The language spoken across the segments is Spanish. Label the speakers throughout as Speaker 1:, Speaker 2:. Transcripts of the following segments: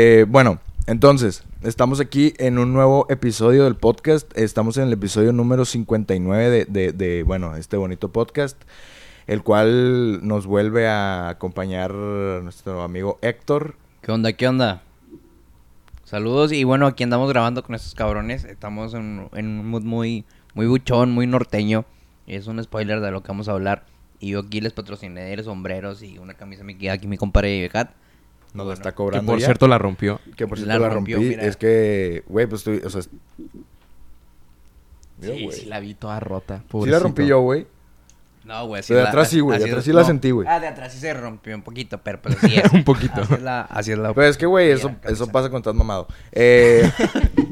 Speaker 1: Eh, bueno, entonces, estamos aquí en un nuevo episodio del podcast. Estamos en el episodio número 59 de, de, de bueno, este bonito podcast, el cual nos vuelve a acompañar nuestro amigo Héctor.
Speaker 2: ¿Qué onda? ¿Qué onda? Saludos y bueno, aquí andamos grabando con estos cabrones. Estamos en, en un mood muy, muy buchón, muy norteño. Es un spoiler de lo que vamos a hablar. Y yo aquí les patrociné los sombreros y una camisa me queda aquí mi compadre de Cat.
Speaker 1: Nos la
Speaker 2: Bueno,
Speaker 1: está
Speaker 3: Que
Speaker 1: cobrando.
Speaker 3: por
Speaker 1: ya.
Speaker 3: cierto la rompió.
Speaker 1: que por
Speaker 2: la
Speaker 1: cierto la rompí.
Speaker 2: rompió, mira.
Speaker 1: Es que, güey, pues tú, o sea, sí, Mira,
Speaker 3: Sí,
Speaker 1: güey.
Speaker 3: sí la vi toda rota.
Speaker 1: la
Speaker 3: pobrecito.
Speaker 1: rompí yo, güey.
Speaker 2: No, güey.
Speaker 1: De atrás sí, güey, de atrás sí la sentí, güey.
Speaker 2: Ah, de atrás sí se rompió un poquito, pero, pero sí es.
Speaker 3: Un poquito.
Speaker 2: Así es la. Así es la
Speaker 1: Pero es que, güey, eso,
Speaker 2: Mira,
Speaker 1: eso
Speaker 2: camisa.
Speaker 1: pasa cuando estás mamado. Eh,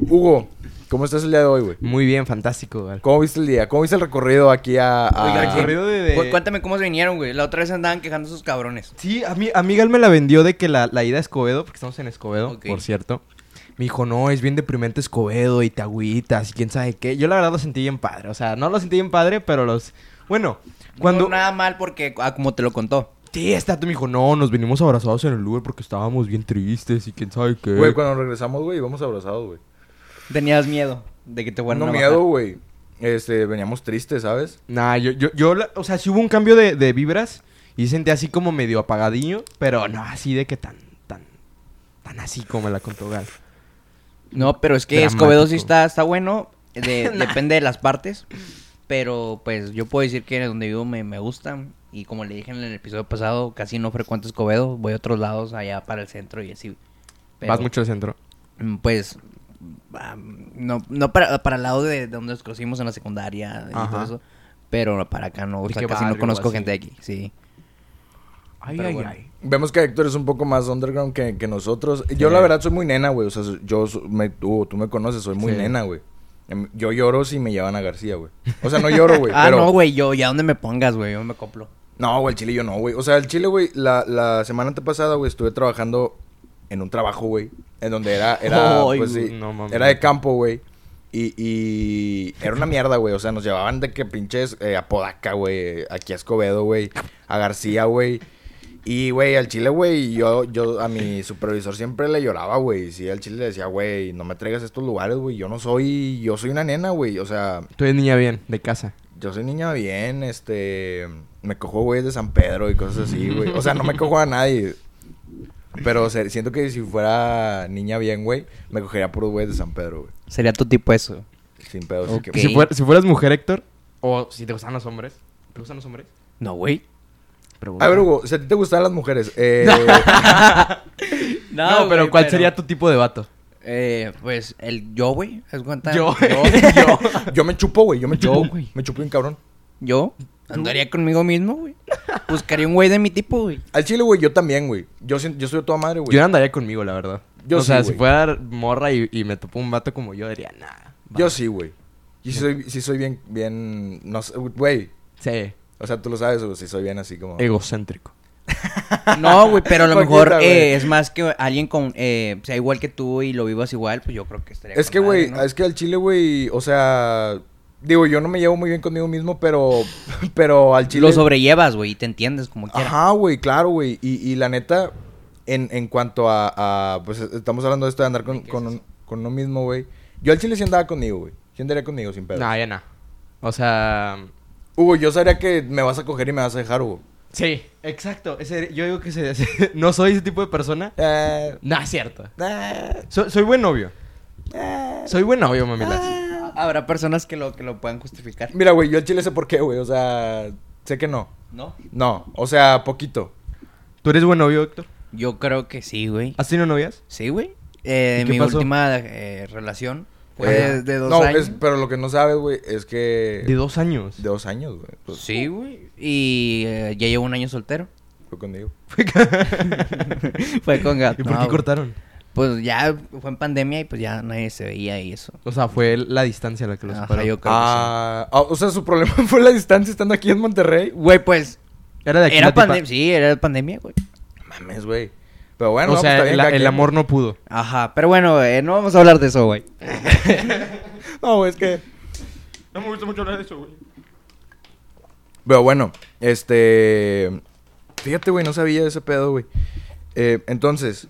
Speaker 1: Hugo, ¿cómo estás el día de hoy, güey?
Speaker 3: Muy bien, fantástico. güey.
Speaker 1: ¿Cómo viste el día? ¿Cómo viste el recorrido aquí a... a-
Speaker 2: Oiga,
Speaker 3: El recorrido de- de-
Speaker 2: Cu- Cuéntame cómo se vinieron, güey. La otra vez andaban quejando esos cabrones.
Speaker 3: Sí, a mí, a mí Gal me la vendió de que la, la ida a Escobedo, porque estamos en Escobedo,
Speaker 2: Ok.
Speaker 3: por cierto. Me dijo, no, es bien deprimente Escobedo y te agüitas y quién sabe qué. Yo la verdad lo sentí bien padre. O sea, no lo sentí bien padre, pero los... Bueno, cuando...
Speaker 2: No, nada mal porque, ah, como te lo contó.
Speaker 3: Sí, está, tú me dijo, no, nos venimos abrazados en el lugar porque estábamos bien tristes y quién sabe qué.
Speaker 1: Güey, cuando regresamos, güey, íbamos abrazados, güey.
Speaker 2: Tenías miedo de que te fueran
Speaker 1: No
Speaker 2: a
Speaker 1: miedo,
Speaker 2: matar.
Speaker 1: güey. Este, veníamos tristes, ¿sabes?
Speaker 3: Nah, yo, yo, yo, la- o sea, sí hubo un cambio de, de vibras y sentí así como medio apagadillo, pero no así de que tan, tan, tan así como la contó Gal.
Speaker 2: No, pero es que
Speaker 3: Dramático.
Speaker 2: Escobedo sí está, está bueno. Eh, de- Depende de las partes. Pero pues yo puedo decir que donde vivo me, me gusta. Y como le dije en el episodio pasado, casi no frecuento Escobedo. Voy a otros lados, allá para el centro y así. Pero,
Speaker 3: Vas mucho al centro.
Speaker 2: mm, Pues. ah, No, no para, para el lado de donde nos conocimos en la secundaria y
Speaker 3: Ajá.
Speaker 2: todo eso. Pero para acá no. O
Speaker 3: ¿De
Speaker 2: sea,
Speaker 3: qué
Speaker 2: casi no
Speaker 3: barrio o
Speaker 2: conozco
Speaker 3: así?
Speaker 2: gente de aquí. Sí.
Speaker 3: Ay,
Speaker 2: Pero
Speaker 3: ay,
Speaker 2: bueno.
Speaker 3: ay.
Speaker 1: Vemos que Héctor es un poco más underground que, que nosotros. Yo, la verdad, soy muy nena, güey. O sea, yo, so- me, tú, tú me conoces, soy muy
Speaker 3: Sí.
Speaker 1: nena, güey. Em, Yo lloro si me llevan a García, güey. O sea, no lloro, güey.
Speaker 2: ah,
Speaker 1: pero...
Speaker 2: no, güey. Yo, ya donde me pongas, güey. Yo me coplo.
Speaker 1: No, güey, el chile yo no, güey. O sea, el chile, güey, la, la semana antepasada, güey, estuve trabajando en un trabajo, güey. En donde era, era,
Speaker 3: Ay,
Speaker 1: pues,
Speaker 3: güey,
Speaker 1: sí,
Speaker 3: no mames.
Speaker 1: era de campo, güey. Y, y era una mierda, güey. O sea, nos llevaban de que pinches eh, a Podaca, güey. Aquí a Escobedo, güey. A García, güey. Y, güey, al chile, güey, yo, yo a mi supervisor siempre le lloraba, güey. Sí, al chile le decía, güey, no me traigas a estos lugares, güey. Yo no soy, yo soy una nena, güey. O sea,
Speaker 3: Tú eres niña bien, de casa.
Speaker 1: yo soy niña bien, este. Me cojo güeyes de San Pedro y cosas así, güey. O sea, no me cojo a nadie. Pero se- siento que si fuera niña bien, güey, me cogería puros güeyes de San Pedro, güey.
Speaker 2: Sería tu tipo eso.
Speaker 1: Sin pedos. así que-
Speaker 2: Ok.
Speaker 3: Si, fuer- si fueras mujer, Héctor, o si te gustan los hombres. ¿Te gustan los hombres?
Speaker 2: No, güey.
Speaker 1: A ver, Hugo, si a ti te gustan las mujeres, eh,
Speaker 3: No, pero
Speaker 2: güey,
Speaker 3: ¿cuál sería tu tipo de vato?
Speaker 2: Eh, pues el yo, güey. ¿Haz cuenta?
Speaker 3: Yo.
Speaker 2: Yo.
Speaker 3: Yo.
Speaker 1: yo me chupo, güey. Yo me
Speaker 3: Yo,
Speaker 1: chupo.
Speaker 3: güey.
Speaker 1: me chupo un cabrón.
Speaker 2: yo Andaría conmigo mismo, güey. Buscaría un güey de mi tipo, güey.
Speaker 1: Al chile, güey, yo también, güey. Yo, siento- yo soy de toda madre, güey.
Speaker 3: Yo no andaría conmigo, la verdad.
Speaker 1: Yo
Speaker 3: o
Speaker 1: sí,
Speaker 3: sea,
Speaker 1: güey.
Speaker 3: si fuera morra y, y me topo un vato como yo, diría, nah. va.
Speaker 1: Yo sí, güey. Y si soy, sí soy bien, bien. No sé, güey.
Speaker 3: Sí,
Speaker 1: O sea, tú lo sabes, güey. Si soy bien así como.
Speaker 3: egocéntrico.
Speaker 2: No, güey, pero a lo
Speaker 1: Poquita,
Speaker 2: mejor
Speaker 1: güey.
Speaker 2: eh, es más que alguien con eh, sea igual que tú y lo vivas igual, pues yo creo que estaría.
Speaker 1: Es
Speaker 2: con
Speaker 1: que,
Speaker 2: madre,
Speaker 1: güey,
Speaker 2: ¿no?
Speaker 1: es que al chile, güey, o sea, digo, yo no me llevo muy bien conmigo mismo, pero, pero al chile...
Speaker 2: Lo sobrellevas, güey, y te entiendes como quieras.
Speaker 1: Ajá, güey, claro, güey. Y, y la neta, en, en cuanto a, a, pues, estamos hablando de esto de andar con,
Speaker 2: ¿Qué
Speaker 1: con,
Speaker 2: es
Speaker 1: un- con uno mismo, güey. Yo al chile sí andaba conmigo, güey. Sí andaría conmigo sin pedo.
Speaker 3: Nah, ya no. O sea,
Speaker 1: Hugo, yo sabría que me vas a coger y me vas a dejar, Hugo.
Speaker 3: sí, exacto. Ese- yo digo que se- se- no soy ese tipo de persona.
Speaker 1: Eh,
Speaker 3: No, es cierto.
Speaker 1: eh,
Speaker 3: So- soy buen novio.
Speaker 1: eh.
Speaker 3: Soy buen novio, mamilas.
Speaker 2: Habrá personas que lo, que lo puedan justificar.
Speaker 1: Mira, güey, yo al chile sé por qué, güey. O sea, sé que no.
Speaker 2: ¿No?
Speaker 1: No, o sea, poquito.
Speaker 3: ¿Tú eres buen novio, Héctor?
Speaker 2: Yo creo que sí, güey.
Speaker 3: ¿Has tenido novias?
Speaker 2: Sí, güey. Eh,
Speaker 3: ¿Y qué
Speaker 2: mi
Speaker 3: pasó?
Speaker 2: última eh, relación fue
Speaker 1: Eh,
Speaker 2: de, Pues, de dos
Speaker 1: no,
Speaker 2: años.
Speaker 1: es- pero lo que no sabes, güey, es que...
Speaker 3: De dos años.
Speaker 1: De dos años, güey. Pues,
Speaker 2: Sí, güey. Y eh, ya llevo un año soltero.
Speaker 1: Fue conmigo.
Speaker 2: fue con gato.
Speaker 3: ¿Y por
Speaker 2: No,
Speaker 3: qué
Speaker 2: güey.
Speaker 3: cortaron?
Speaker 2: Pues ya fue en pandemia y pues ya nadie se veía y eso.
Speaker 3: O sea, fue la distancia la que los
Speaker 2: Ajá,
Speaker 3: separó.
Speaker 2: yo creo que
Speaker 1: Ah, ah, o sea, su problema fue la distancia estando aquí en
Speaker 2: sí.
Speaker 1: Monterrey.
Speaker 2: Güey, pues.
Speaker 3: Era de aquí
Speaker 2: Era
Speaker 3: la tipa-
Speaker 2: pandemia. Sí, era pandemia, güey.
Speaker 1: Mames, güey. Pero bueno,
Speaker 3: o
Speaker 1: no,
Speaker 3: sea,
Speaker 1: pues, está bien,
Speaker 3: el,
Speaker 1: cada
Speaker 3: el
Speaker 1: quien.
Speaker 3: amor no pudo.
Speaker 2: Ajá. Pero bueno, eh, no vamos a hablar de eso, güey.
Speaker 1: No, es que.
Speaker 3: No me gusta mucho hablar de eso, güey.
Speaker 1: Pero bueno, este. Fíjate, güey, no sabía ese pedo, güey. Eh, entonces,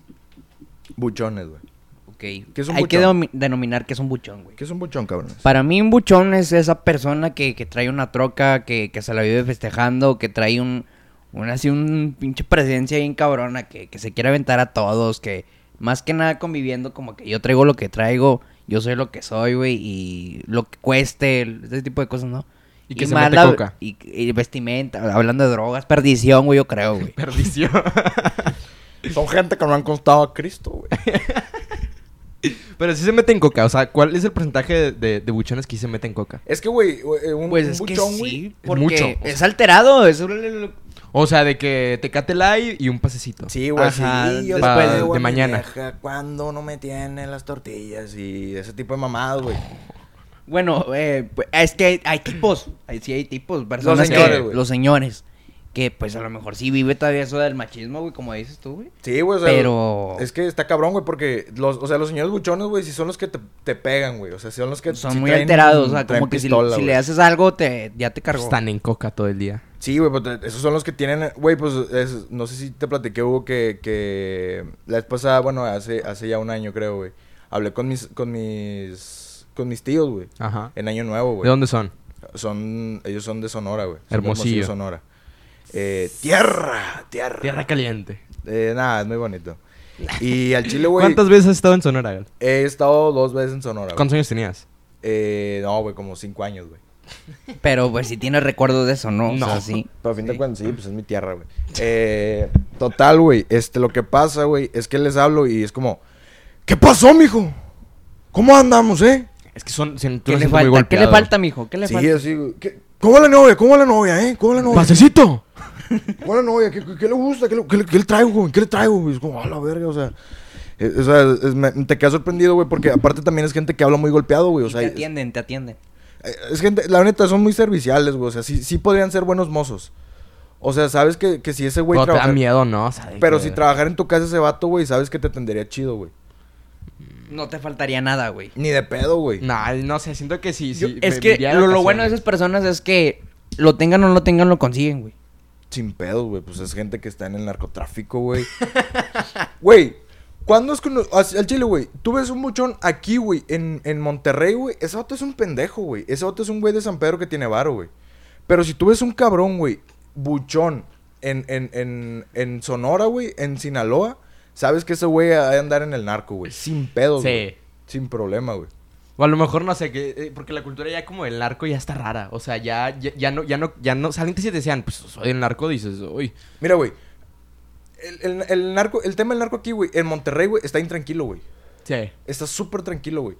Speaker 1: Buchones, güey.
Speaker 2: Ok.
Speaker 1: ¿Qué es un
Speaker 2: Hay que
Speaker 1: buchón?
Speaker 2: denomi- denominar que es un buchón, güey.
Speaker 1: ¿Qué es un buchón, cabrones?
Speaker 2: Para mí un buchón es esa persona que, que trae una troca, que, que se la vive festejando, que trae un, un así un pinche presencia bien cabrona, que, que se quiere aventar a todos, que más que nada conviviendo como que yo traigo lo que traigo, yo soy lo que soy, güey, y lo que cueste, ese tipo de cosas, ¿no?
Speaker 3: Y que se mete
Speaker 2: la-
Speaker 3: coca.
Speaker 2: Y, y vestimenta, hablando de drogas, perdición, güey, yo creo, güey.
Speaker 3: Perdición.
Speaker 1: Son gente que no han constado a Cristo, güey.
Speaker 3: Pero sí se mete en coca. O sea, ¿cuál es el porcentaje de, de- de buchones que sí se meten en coca?
Speaker 1: Es que, güey, eh, un,
Speaker 2: Pues
Speaker 1: un
Speaker 2: es que
Speaker 1: buchón, güey.
Speaker 2: sí,
Speaker 3: es
Speaker 2: porque
Speaker 3: mucho, o sea.
Speaker 2: es alterado, es... un-
Speaker 3: O sea, de que te cate light y un pasecito.
Speaker 1: Sí, güey,
Speaker 2: Ajá,
Speaker 1: sí. Yo
Speaker 3: pa-
Speaker 1: después
Speaker 3: de mañana.
Speaker 1: cuando no me tienen las tortillas y ese tipo de mamadas, güey.
Speaker 2: Bueno, eh, pues, es que hay, hay tipos, hay, sí hay tipos, personas
Speaker 1: señores,
Speaker 2: que,
Speaker 1: güey.
Speaker 2: los señores, que pues a lo mejor sí vive todavía eso del machismo, güey, como dices tú, güey.
Speaker 1: Sí, güey, o sea,
Speaker 2: Pero-
Speaker 1: Es que está cabrón, güey, porque los, o sea, los señores buchones, güey, sí son los que te, te pegan, güey. O sea, son los que
Speaker 2: Son
Speaker 1: sí
Speaker 2: muy
Speaker 1: traen-
Speaker 2: alterados, o sea,
Speaker 1: traen
Speaker 2: como que si-
Speaker 1: pistola,
Speaker 2: si,
Speaker 1: güey.
Speaker 2: le haces algo te ya te cargó.
Speaker 3: Están en coca todo el día.
Speaker 1: Sí, güey, pues, esos son los que tienen, güey, pues es- no sé si te platiqué, Hugo, que, que la esposa, bueno, hace, hace ya un año, creo, güey. Hablé con mis, con mis, con mis tíos, güey.
Speaker 3: Ajá.
Speaker 1: En año nuevo, güey.
Speaker 3: ¿De dónde son?
Speaker 1: Son, ellos son de Sonora, güey. Son de
Speaker 3: Hermosillo.
Speaker 1: Sonora. Eh, tierra, tierra.
Speaker 3: Tierra caliente.
Speaker 1: Eh, nada, es muy bonito. Y al Chile, güey.
Speaker 3: ¿Cuántas veces has estado en Sonora, Gal?
Speaker 1: He estado dos veces en Sonora. güey.
Speaker 3: ¿Cuántos años tenías?
Speaker 1: Eh, no, güey, como cinco años, güey.
Speaker 2: Pero pues si tienes recuerdos de eso, ¿no?
Speaker 3: No.
Speaker 2: O sea, sí.
Speaker 1: Pero a fin de cuentas, sí, pues es mi tierra, güey. Eh, total, güey. Este, lo que pasa, güey, es que les hablo y es como, ¿qué pasó, mijo? ¿Cómo andamos, eh?
Speaker 3: Es que son. son- tú
Speaker 2: ¿Qué
Speaker 3: lo
Speaker 2: le
Speaker 3: siento muy
Speaker 2: falta? ¿Qué le
Speaker 3: golpeado.
Speaker 2: falta, mijo? ¿Qué le
Speaker 1: sí,
Speaker 2: falta?
Speaker 1: así, güey. ¿Qué- ¿Cómo la novia? ¿Cómo la novia, eh? ¿Cómo la novia?
Speaker 3: ¡Pasecito!
Speaker 1: ¿Cuál es la novia? ¿Qué, qué- qué le gusta? ¿Qué le, qué le- qué le traigo, güey? ¿Qué le traigo? güey? Es como, a la verga, o sea. eh, o sea, es- me- te queda sorprendido, güey, porque aparte también es gente que habla muy golpeado, güey. O
Speaker 2: Y
Speaker 1: sea,
Speaker 2: te
Speaker 1: es-
Speaker 2: atienden, te atienden.
Speaker 1: eh, Es gente, la neta, son muy serviciales, güey. O sea, sí, sí podrían ser buenos mozos. O sea, sabes que, que si ese güey
Speaker 3: Pero te da
Speaker 1: trabaja-
Speaker 3: miedo, ¿no? O sea, de
Speaker 1: Pero
Speaker 3: que-
Speaker 1: si trabajar en tu casa ese vato, güey, sabes que te atendería chido, güey.
Speaker 2: No te faltaría nada, güey.
Speaker 1: Ni de pedo, güey.
Speaker 3: No, no sé, siento que sí.
Speaker 2: Yo-
Speaker 3: sí
Speaker 2: es
Speaker 3: me-
Speaker 2: que
Speaker 3: iría de
Speaker 2: lo, lo bueno de
Speaker 3: vacaciones.
Speaker 2: esas personas es que lo tengan o no lo tengan, lo consiguen, güey.
Speaker 1: Sin pedo, güey. Pues es gente que está en el narcotráfico, güey. Güey, ¿cuándo es que uno- as- al chile, güey? Tú ves un buchón aquí, güey, en, en Monterrey, güey. Ese vato es un pendejo, güey. Ese vato es un güey de San Pedro que tiene varo, güey. Pero si tú ves un cabrón, güey, buchón en, en, en, en Sonora, güey, en Sinaloa, sabes que ese güey ha de andar en el narco, güey. Sin pedo,
Speaker 3: Sí.
Speaker 1: güey. Sin problema, güey.
Speaker 3: O a lo mejor no sé, que, eh, porque la cultura ya como del narco ya está rara. O sea, ya, ya, ya no, ya no, ya no. Salen si te decían, pues soy el narco, dices, uy.
Speaker 1: Mira, güey. El, el- el narco, el tema del narco aquí, güey, en Monterrey, güey, está intranquilo, güey.
Speaker 3: Sí.
Speaker 1: Está súper tranquilo, güey.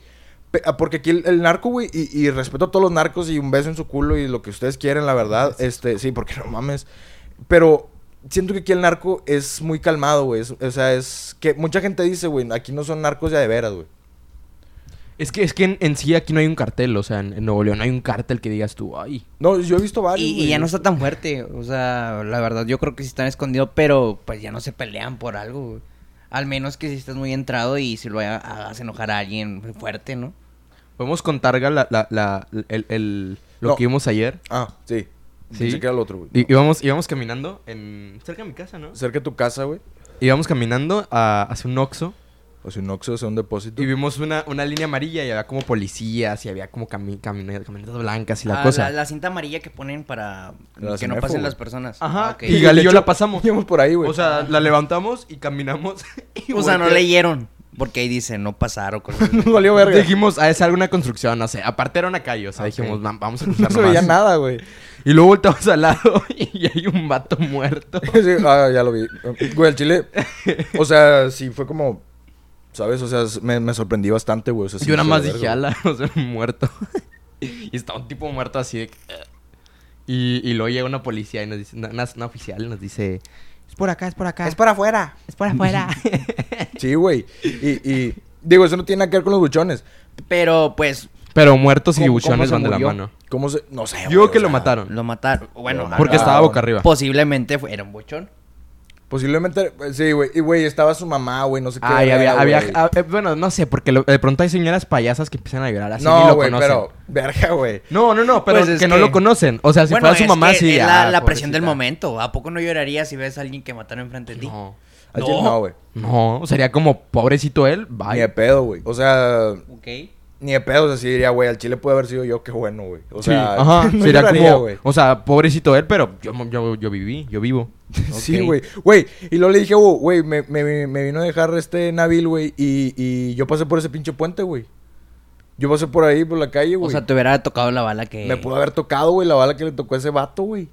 Speaker 1: Pe- ah, Porque aquí el, el narco, güey, y, y respeto a todos los narcos y un beso en su culo y lo que ustedes quieren, la verdad. Este, sí, porque no mames. Pero siento que aquí el narco es muy calmado, güey. Es- O sea, es que mucha gente dice, güey, aquí no son narcos ya de veras, güey.
Speaker 3: Es que, es que en, en sí aquí no hay un cartel, o sea, en, en Nuevo León no hay un cartel que digas tú, ay.
Speaker 1: No, yo he visto varios.
Speaker 2: Y, y
Speaker 1: güey.
Speaker 2: ya no está tan fuerte, o sea, la verdad yo creo que sí están escondidos, pero pues ya no se pelean por algo. güey. Al menos que si estás muy entrado y si lo ha- hagas enojar a alguien fuerte, ¿no?
Speaker 3: ¿Podemos contar Gal, la, la, la- el, el- lo
Speaker 1: No.
Speaker 3: que vimos ayer?
Speaker 1: Ah, sí.
Speaker 3: Sí.
Speaker 1: Pensé que era el otro, güey.
Speaker 3: I- íbamos, íbamos caminando en... Cerca de mi casa, ¿no?
Speaker 1: Cerca de tu casa, güey.
Speaker 3: Íbamos caminando a, hacia un Oxxo
Speaker 1: O sea, un oxo, o sea, un depósito.
Speaker 3: y vimos una, una línea amarilla y había como policías y había como cami- camionetas camionetas blancas y la
Speaker 2: Ah,
Speaker 3: cosa.
Speaker 2: La, cinta amarilla que ponen para
Speaker 1: La
Speaker 2: que no
Speaker 1: CENEFO,
Speaker 2: pasen
Speaker 1: güey.
Speaker 2: las personas.
Speaker 3: Ajá,
Speaker 2: Ah, ok.
Speaker 3: y Gal y
Speaker 1: de
Speaker 3: yo
Speaker 1: hecho,
Speaker 3: la pasamos.
Speaker 1: Íbamos por ahí, güey.
Speaker 3: O sea, la levantamos y caminamos. y
Speaker 2: O sea, no
Speaker 3: voltea-
Speaker 2: leyeron, porque ahí dice no pasar o cosas así.
Speaker 1: nos valió verga.
Speaker 3: Dijimos, ah, es alguna construcción, no sé. Aparte era una calle, o sea,
Speaker 2: Ok.
Speaker 3: dijimos, "Va- vamos a
Speaker 1: no
Speaker 3: cruzar
Speaker 1: se veía
Speaker 3: nomás".
Speaker 1: nada, güey.
Speaker 3: Y luego volteamos al lado y hay un vato muerto.
Speaker 1: Sí, ah, ya lo vi. Güey, el chile. O sea, sí fue como. ¿Sabes? O sea, s- me, me sorprendí bastante, güey. O sea, Pues sí
Speaker 3: yo nada
Speaker 1: me
Speaker 3: más
Speaker 1: hizo de
Speaker 3: dije,
Speaker 1: verga,
Speaker 3: ala, o sea, muerto. y estaba un tipo muerto así de... que, "Eh". Y, y luego llega una policía y nos dice, una, una- una oficial nos dice, es por acá, es por acá.
Speaker 1: güey. para afuera.
Speaker 3: es por afuera.
Speaker 1: Sí, güey. Y, y. Digo, eso no tiene nada que ver con los buchones.
Speaker 2: Pero pues
Speaker 3: Pero muertos y
Speaker 2: ¿Cómo- cómo
Speaker 3: buchones
Speaker 2: se
Speaker 3: van de la
Speaker 2: murió?
Speaker 3: mano.
Speaker 1: ¿Cómo se.? No sé.
Speaker 3: Yo
Speaker 1: güey,
Speaker 3: creo
Speaker 1: o
Speaker 3: que lo
Speaker 1: sea,
Speaker 3: mataron.
Speaker 2: lo mataron. Bueno,
Speaker 1: Lo
Speaker 3: Porque estaba
Speaker 1: mataron.
Speaker 3: boca arriba.
Speaker 2: pues, posiblemente fue- era un bochón.
Speaker 1: Posiblemente. eh, Sí, güey. Y, güey, estaba su mamá, güey. No sé qué.
Speaker 2: Pues,
Speaker 3: Ay,
Speaker 1: verga,
Speaker 3: había, había,
Speaker 1: güey.
Speaker 3: ah, eh, bueno, no sé, porque lo- de pronto hay señoras payasas que empiezan a llorar así ni
Speaker 1: no,
Speaker 3: lo
Speaker 1: güey,
Speaker 3: conocen.
Speaker 1: pero. Verga, güey.
Speaker 3: No, no, no, pero
Speaker 2: Pues
Speaker 3: que,
Speaker 2: es
Speaker 3: no
Speaker 2: que-
Speaker 3: lo conocen. O sea, si
Speaker 2: bueno,
Speaker 3: fuera su
Speaker 2: es
Speaker 3: mamá,
Speaker 2: que
Speaker 3: sí.
Speaker 2: es la,
Speaker 3: ah,
Speaker 2: la presión del
Speaker 3: pobrecita.
Speaker 2: momento. ¿A poco no llorarías si ves a alguien que mataron enfrente de ti?
Speaker 3: No.
Speaker 1: Al chile no, güey.
Speaker 3: No, sería como pobrecito él.
Speaker 1: Ni de
Speaker 3: Bye.
Speaker 1: pedo, güey. O sea,
Speaker 2: Ok.
Speaker 1: ni de pedo. O sea, sí diría, güey, al chile puede haber sido yo, qué bueno, güey. O
Speaker 3: Sí,
Speaker 1: sea,
Speaker 3: ajá.
Speaker 1: no
Speaker 3: Sería
Speaker 1: lloraría,
Speaker 3: como.
Speaker 1: güey.
Speaker 3: O sea, pobrecito él, pero yo, yo, yo viví, yo vivo.
Speaker 1: Sí,
Speaker 2: Ok.
Speaker 1: güey. Güey, y luego le dije, "Oh, güey, me, me- me vino a dejar este Nabil, güey, y, y yo pasé por ese pinche puente, güey. Yo pasé por ahí, por la calle,
Speaker 2: O
Speaker 1: güey.
Speaker 2: sea, te hubiera tocado la bala que.
Speaker 1: Me pudo haber tocado, güey, la bala que le tocó a ese vato, güey.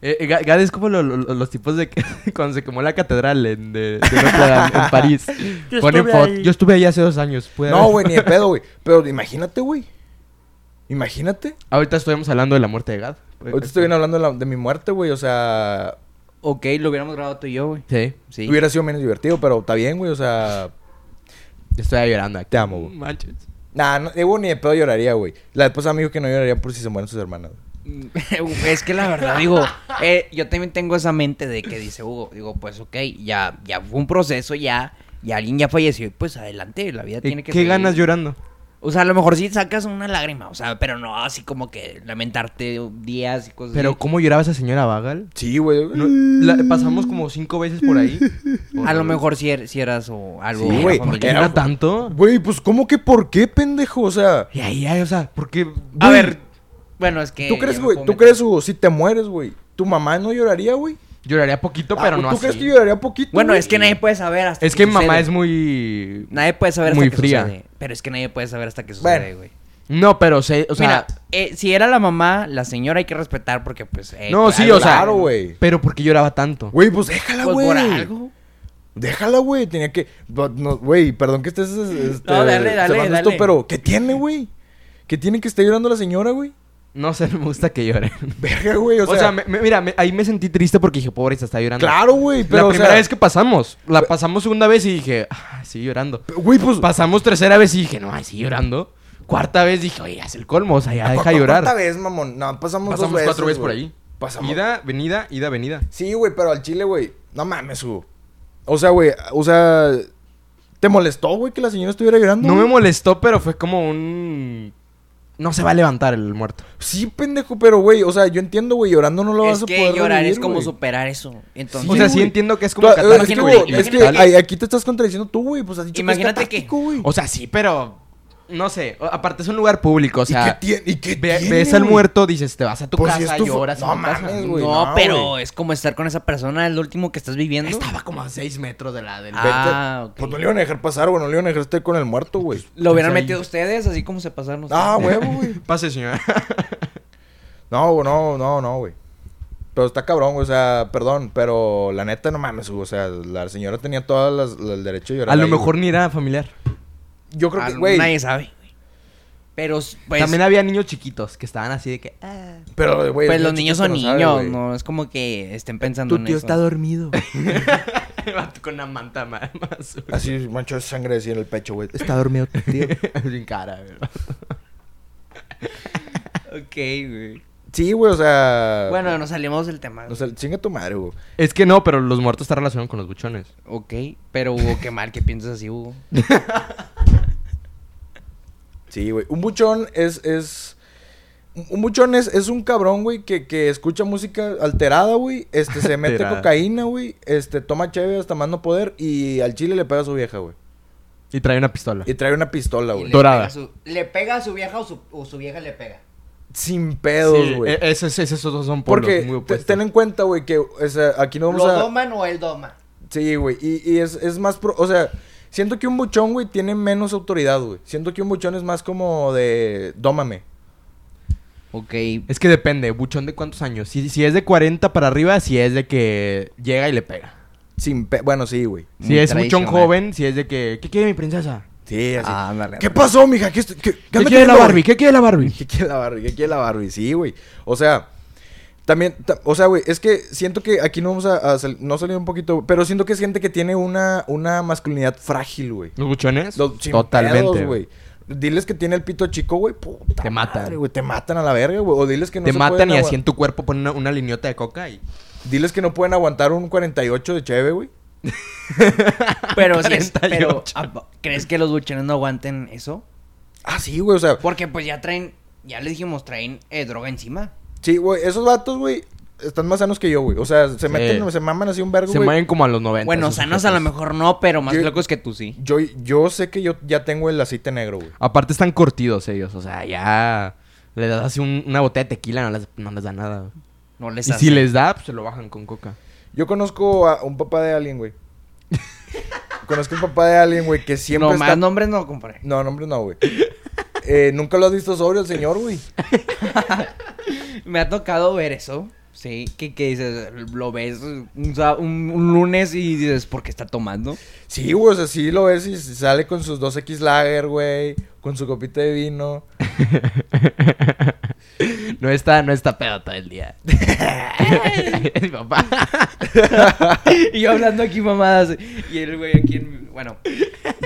Speaker 3: Eh, eh, Ga- Gade es como lo- lo- lo- los tipos de que cuando se quemó la catedral en, de, de Notre Dame, en París.
Speaker 2: Yo
Speaker 3: Ponen
Speaker 2: estuve
Speaker 3: fot-
Speaker 2: ahí.
Speaker 3: Yo estuve ahí hace dos años. puede
Speaker 1: No,
Speaker 3: haber-
Speaker 1: güey, ni de pedo, güey. Pero imagínate, güey. Imagínate.
Speaker 3: Ahorita estuvimos hablando de la muerte de Gad.
Speaker 1: Ahorita estoy bien hablando de, la- de mi muerte, güey. O sea,
Speaker 2: Ok, lo hubiéramos grabado tú y yo, güey.
Speaker 3: Sí,
Speaker 2: Sí.
Speaker 1: hubiera sido menos divertido, pero está bien, güey. O sea,
Speaker 3: estoy llorando. aquí.
Speaker 1: Te amo, güey.
Speaker 3: Manches.
Speaker 1: nah, no, eh, güey, ni de pedo lloraría, güey. La esposa me dijo que no lloraría por si se mueren sus hermanas.
Speaker 2: es que la verdad, digo, eh, yo también tengo esa mente de que dice Hugo, digo, pues ok, ya, ya fue un proceso, ya, ya alguien ya falleció, y pues adelante, la vida
Speaker 3: Eh,
Speaker 2: tiene que
Speaker 3: ¿Qué
Speaker 2: seguir.
Speaker 3: ganas llorando?
Speaker 2: O sea, a lo mejor sí sacas una lágrima, o sea, pero no así como que lamentarte días y cosas
Speaker 3: Pero
Speaker 2: así.
Speaker 3: ¿cómo lloraba esa señora Vagal?
Speaker 1: Sí, güey.
Speaker 3: No, la- pasamos como cinco veces por ahí.
Speaker 2: A lo mejor si, er- si eras o algo.
Speaker 1: Sí, güey,
Speaker 2: familiar.
Speaker 1: porque
Speaker 3: ¿Era tanto?
Speaker 1: Güey, pues, ¿cómo que por qué, pendejo? O sea,
Speaker 3: Y ahí, ay, o sea, porque...
Speaker 2: A ver, bueno, es que.
Speaker 3: Eh,
Speaker 1: ¿tú
Speaker 2: ya
Speaker 1: crees,
Speaker 2: me
Speaker 1: güey?
Speaker 2: puedo
Speaker 1: ¿Tú
Speaker 2: meter.
Speaker 1: crees, Hugo, si te mueres, güey? ¿Tu mamá no lloraría, güey?
Speaker 3: Lloraría poquito,
Speaker 1: Ah,
Speaker 3: pero
Speaker 1: pues,
Speaker 3: no
Speaker 1: ¿Tú
Speaker 3: así.
Speaker 1: crees que lloraría poquito?
Speaker 2: Bueno,
Speaker 1: güey?
Speaker 2: es que nadie puede saber hasta
Speaker 3: Es que mi mamá
Speaker 2: sucede.
Speaker 3: es muy...
Speaker 2: Nadie puede saber hasta
Speaker 3: muy
Speaker 2: que
Speaker 3: fría.
Speaker 2: sucede. Pero es que nadie puede saber hasta que
Speaker 1: Bueno.
Speaker 2: sucede, güey.
Speaker 3: No, pero sé, o sea...
Speaker 2: Mira, eh, si era la mamá, la señora hay que respetar porque, pues. eh,
Speaker 3: No,
Speaker 2: por
Speaker 3: sí,
Speaker 2: algo,
Speaker 3: o sea...
Speaker 1: Claro, güey.
Speaker 3: Pero porque lloraba tanto.
Speaker 1: Güey, pues déjala,
Speaker 2: Pues
Speaker 1: güey.
Speaker 2: por algo.
Speaker 1: Déjala, güey. Tenía que. but no- Güey, perdón que estés. Este,
Speaker 2: No, dale, dale,
Speaker 1: cebando
Speaker 2: dale.
Speaker 1: esto, pero ¿qué tiene, güey? ¿Qué tiene que esté llorando la señora, güey?
Speaker 3: No sé, no me gusta que llore.
Speaker 1: Verga, güey.
Speaker 3: O sea, me- me- mira, me- ahí me sentí triste porque dije, pobre, está llorando.
Speaker 1: claro, güey. Pero,
Speaker 3: la
Speaker 1: o
Speaker 3: primera
Speaker 1: sea,
Speaker 3: vez que pasamos, la pasamos segunda vez y dije, ah, sigue llorando.
Speaker 1: Güey, pues.
Speaker 3: Pasamos tercera vez y dije, no, ay, sigue llorando. Cuarta vez dije, oye, haz el colmo, o sea, ya deja llorar.
Speaker 1: ¿Cuánta vez, mamón? No, pasamos, dos
Speaker 3: Pasamos
Speaker 1: veces,
Speaker 3: cuatro veces por
Speaker 1: güey.
Speaker 3: ahí.
Speaker 1: Pasamos.
Speaker 3: Ida, venida, ida, venida.
Speaker 1: Sí, güey, pero al chile, güey. No mames, Hugo. O sea, güey, o sea. ¿Te molestó, güey, que la señora estuviera llorando?
Speaker 3: No me
Speaker 1: güey?
Speaker 3: molestó, pero fue como un... No se va a levantar el muerto.
Speaker 1: Sí, pendejo, pero, güey, o sea, yo entiendo, güey, llorando no lo vas
Speaker 2: Es
Speaker 1: a
Speaker 2: que
Speaker 1: poder.
Speaker 2: llorar
Speaker 1: revivir,
Speaker 2: es como
Speaker 1: güey.
Speaker 2: superar eso. Entonces,
Speaker 3: o sea, sí
Speaker 1: güey.
Speaker 3: entiendo que es como
Speaker 1: Claro,
Speaker 3: catarsis,
Speaker 1: es que,
Speaker 2: güey,
Speaker 1: güey, es que
Speaker 2: imagínate-
Speaker 1: ahí- aquí te estás contradiciendo tú, güey. Pues has dicho
Speaker 2: Imagínate que-
Speaker 1: que es catártico, güey.
Speaker 3: O sea, sí, pero... No sé, o- aparte es un lugar público, o sea...
Speaker 1: ¿Y qué tiene? ¿Y qué
Speaker 3: ve-
Speaker 1: tiene,
Speaker 3: ves al
Speaker 1: güey?
Speaker 3: muerto, dices, te vas a tu
Speaker 1: Pues, si
Speaker 3: casa,
Speaker 1: es tu fa-
Speaker 3: lloras.
Speaker 1: no
Speaker 3: en tu casa.
Speaker 1: mames, güey.
Speaker 2: no,
Speaker 1: no,
Speaker 2: pero
Speaker 1: güey.
Speaker 2: es como estar con esa persona, el último que estás viviendo.
Speaker 3: Estaba como a seis metros de la del...
Speaker 2: Ah,
Speaker 1: Vete.
Speaker 2: ok.
Speaker 1: Pues no le iban a dejar pasar, güey. No le iban a dejar estar con el muerto, güey.
Speaker 2: Lo hubieran
Speaker 3: Pues ahí-
Speaker 2: metido ustedes, así como se pasaron. ustedes.
Speaker 1: Ah, huevo, güey.
Speaker 3: Pase, señora.
Speaker 1: No, güey, no, no, no, güey. Pero está cabrón, güey. O sea, perdón, pero la neta no mames, güey. O sea, la señora tenía todo el derecho de llorar.
Speaker 3: A lo
Speaker 1: ahí,
Speaker 3: mejor
Speaker 1: güey.
Speaker 3: ni era familiar.
Speaker 1: Yo creo
Speaker 2: Ah,
Speaker 1: que, güey.
Speaker 2: Nadie sabe, güey. Pero, pues.
Speaker 3: También había niños chiquitos que estaban así de que... "Ah,
Speaker 1: Pero, güey.
Speaker 2: Pues
Speaker 1: el
Speaker 2: los
Speaker 1: niño
Speaker 2: niños son
Speaker 1: chiquito
Speaker 2: niños,
Speaker 1: no sabe, güey.
Speaker 2: no es como que estén pensando en eso.
Speaker 3: dormido. Con una manta ma- más.
Speaker 1: Así, mancho de sangre así en el pecho, güey.
Speaker 3: Está dormido, tío. Sin cara, güey.
Speaker 2: Ok, güey.
Speaker 1: Sí, güey, o sea.
Speaker 2: Bueno, nos salimos del tema.
Speaker 1: O sea, chinga tu madre, güey.
Speaker 3: Es que no, pero los muertos están relacionados con los buchones.
Speaker 2: Ok, pero Hugo, qué mal que piensas así, Hugo.
Speaker 1: Sí, güey. Un buchón es, es. Un buchón es, es un cabrón, güey, que, que escucha música alterada, güey. Este, se mete
Speaker 3: Alterada.
Speaker 1: cocaína, güey. Este, toma chévere hasta más no poder. Y al chile le pega a su vieja, güey.
Speaker 3: Y trae una pistola.
Speaker 1: Y trae una pistola,
Speaker 2: Y
Speaker 1: güey.
Speaker 2: le
Speaker 3: Dorada.
Speaker 2: pega a su- ¿Le pega a su vieja o su, o su vieja le pega?
Speaker 1: Sin pedos,
Speaker 3: Sí,
Speaker 1: güey.
Speaker 3: e- esos, esos dos son polos
Speaker 1: Porque
Speaker 3: muy
Speaker 1: te-
Speaker 3: opuestos.
Speaker 1: ten en cuenta, güey, que o sea, aquí no vamos
Speaker 2: ¿Lo
Speaker 1: a.
Speaker 2: doman o él doma?
Speaker 1: Sí, güey. Y, y es, es más. pro- O sea, siento que un buchón, güey, tiene menos autoridad, güey. Siento que un buchón es más como de. Dómame.
Speaker 2: Ok.
Speaker 3: Es que depende, buchón de cuántos años. Si, si es de 40 para arriba, si es de que llega y le pega.
Speaker 1: Sin pe- Bueno, sí, güey.
Speaker 3: Si
Speaker 2: Muy
Speaker 3: es buchón
Speaker 2: tradicional.
Speaker 3: joven, si es de que... ¿Qué quiere mi princesa?
Speaker 1: Sí, así.
Speaker 2: Ah, ándale,
Speaker 1: ¿Qué
Speaker 2: ándale.
Speaker 1: pasó, mija? ¿Qué, est- qué, qué
Speaker 3: ¿Qué
Speaker 1: anda
Speaker 3: quiere la
Speaker 1: queriendo,
Speaker 3: Barbie? ¿Qué quiere la Barbie?
Speaker 1: ¿Qué quiere la Barbie? ¿Qué quiere la Barbie? Sí, güey. O sea, también, ta- o sea, güey, es que siento que aquí no vamos a, a sal- no salir un poquito, pero siento que es gente que tiene una, una masculinidad frágil, güey.
Speaker 3: ¿Los buchones?
Speaker 1: Los- sin pedos, güey. Diles que tiene el pito chico, güey. puta
Speaker 3: Te matan.
Speaker 1: madre, güey, te matan a la verga, güey. O diles que no
Speaker 3: Te
Speaker 1: se
Speaker 3: matan
Speaker 1: pueden
Speaker 3: y
Speaker 1: agua-
Speaker 3: así en tu cuerpo ponen una, una lineota de coca y...
Speaker 1: Diles que no pueden aguantar un 48 de cheve, güey.
Speaker 2: Pero, si es, pero
Speaker 3: 48.
Speaker 2: ¿a- ¿crees que los buchones no aguanten eso?
Speaker 1: Ah, sí, güey, o sea,
Speaker 2: Porque pues ya traen, ya les dijimos, traen eh, droga encima.
Speaker 1: sí, güey, esos vatos, güey, están más sanos que yo, güey. O sea, se meten, se maman así un vergo,
Speaker 3: Se
Speaker 1: güey.
Speaker 3: mueven como a los 90.
Speaker 2: Bueno,
Speaker 3: esos
Speaker 2: sanos a
Speaker 3: sujetos.
Speaker 2: lo mejor no, pero más
Speaker 1: Yo-
Speaker 2: locos que tú sí.
Speaker 1: Yo, yo sé que yo ya tengo el aceite negro, güey.
Speaker 3: Aparte están curtidos ellos, o sea, ya... Le das así un- una botella de tequila, no les, no les da nada. güey.
Speaker 2: No les
Speaker 3: Y
Speaker 2: hace.
Speaker 3: si les da, pues se lo bajan con coca.
Speaker 1: Yo conozco a un papá de alguien, güey. conozco un papá de alguien, güey, que siempre
Speaker 2: no,
Speaker 1: está...
Speaker 2: más nombres no compré.
Speaker 1: No, no, hombre, no, güey. Eh, Nunca lo has visto sobrio el señor, güey.
Speaker 2: Me ha tocado ver eso. Sí, que, que dices, lo ves un, sa- un- un lunes y dices, ¿por qué está tomando?
Speaker 1: Sí, güey, o sea, sí lo ves y sale con sus 2X Lager, güey. Con su copita de vino.
Speaker 3: No está, no está pedo todo el día. es mi papá.
Speaker 2: y yo hablando aquí mamadas. Y el güey aquí en... Bueno.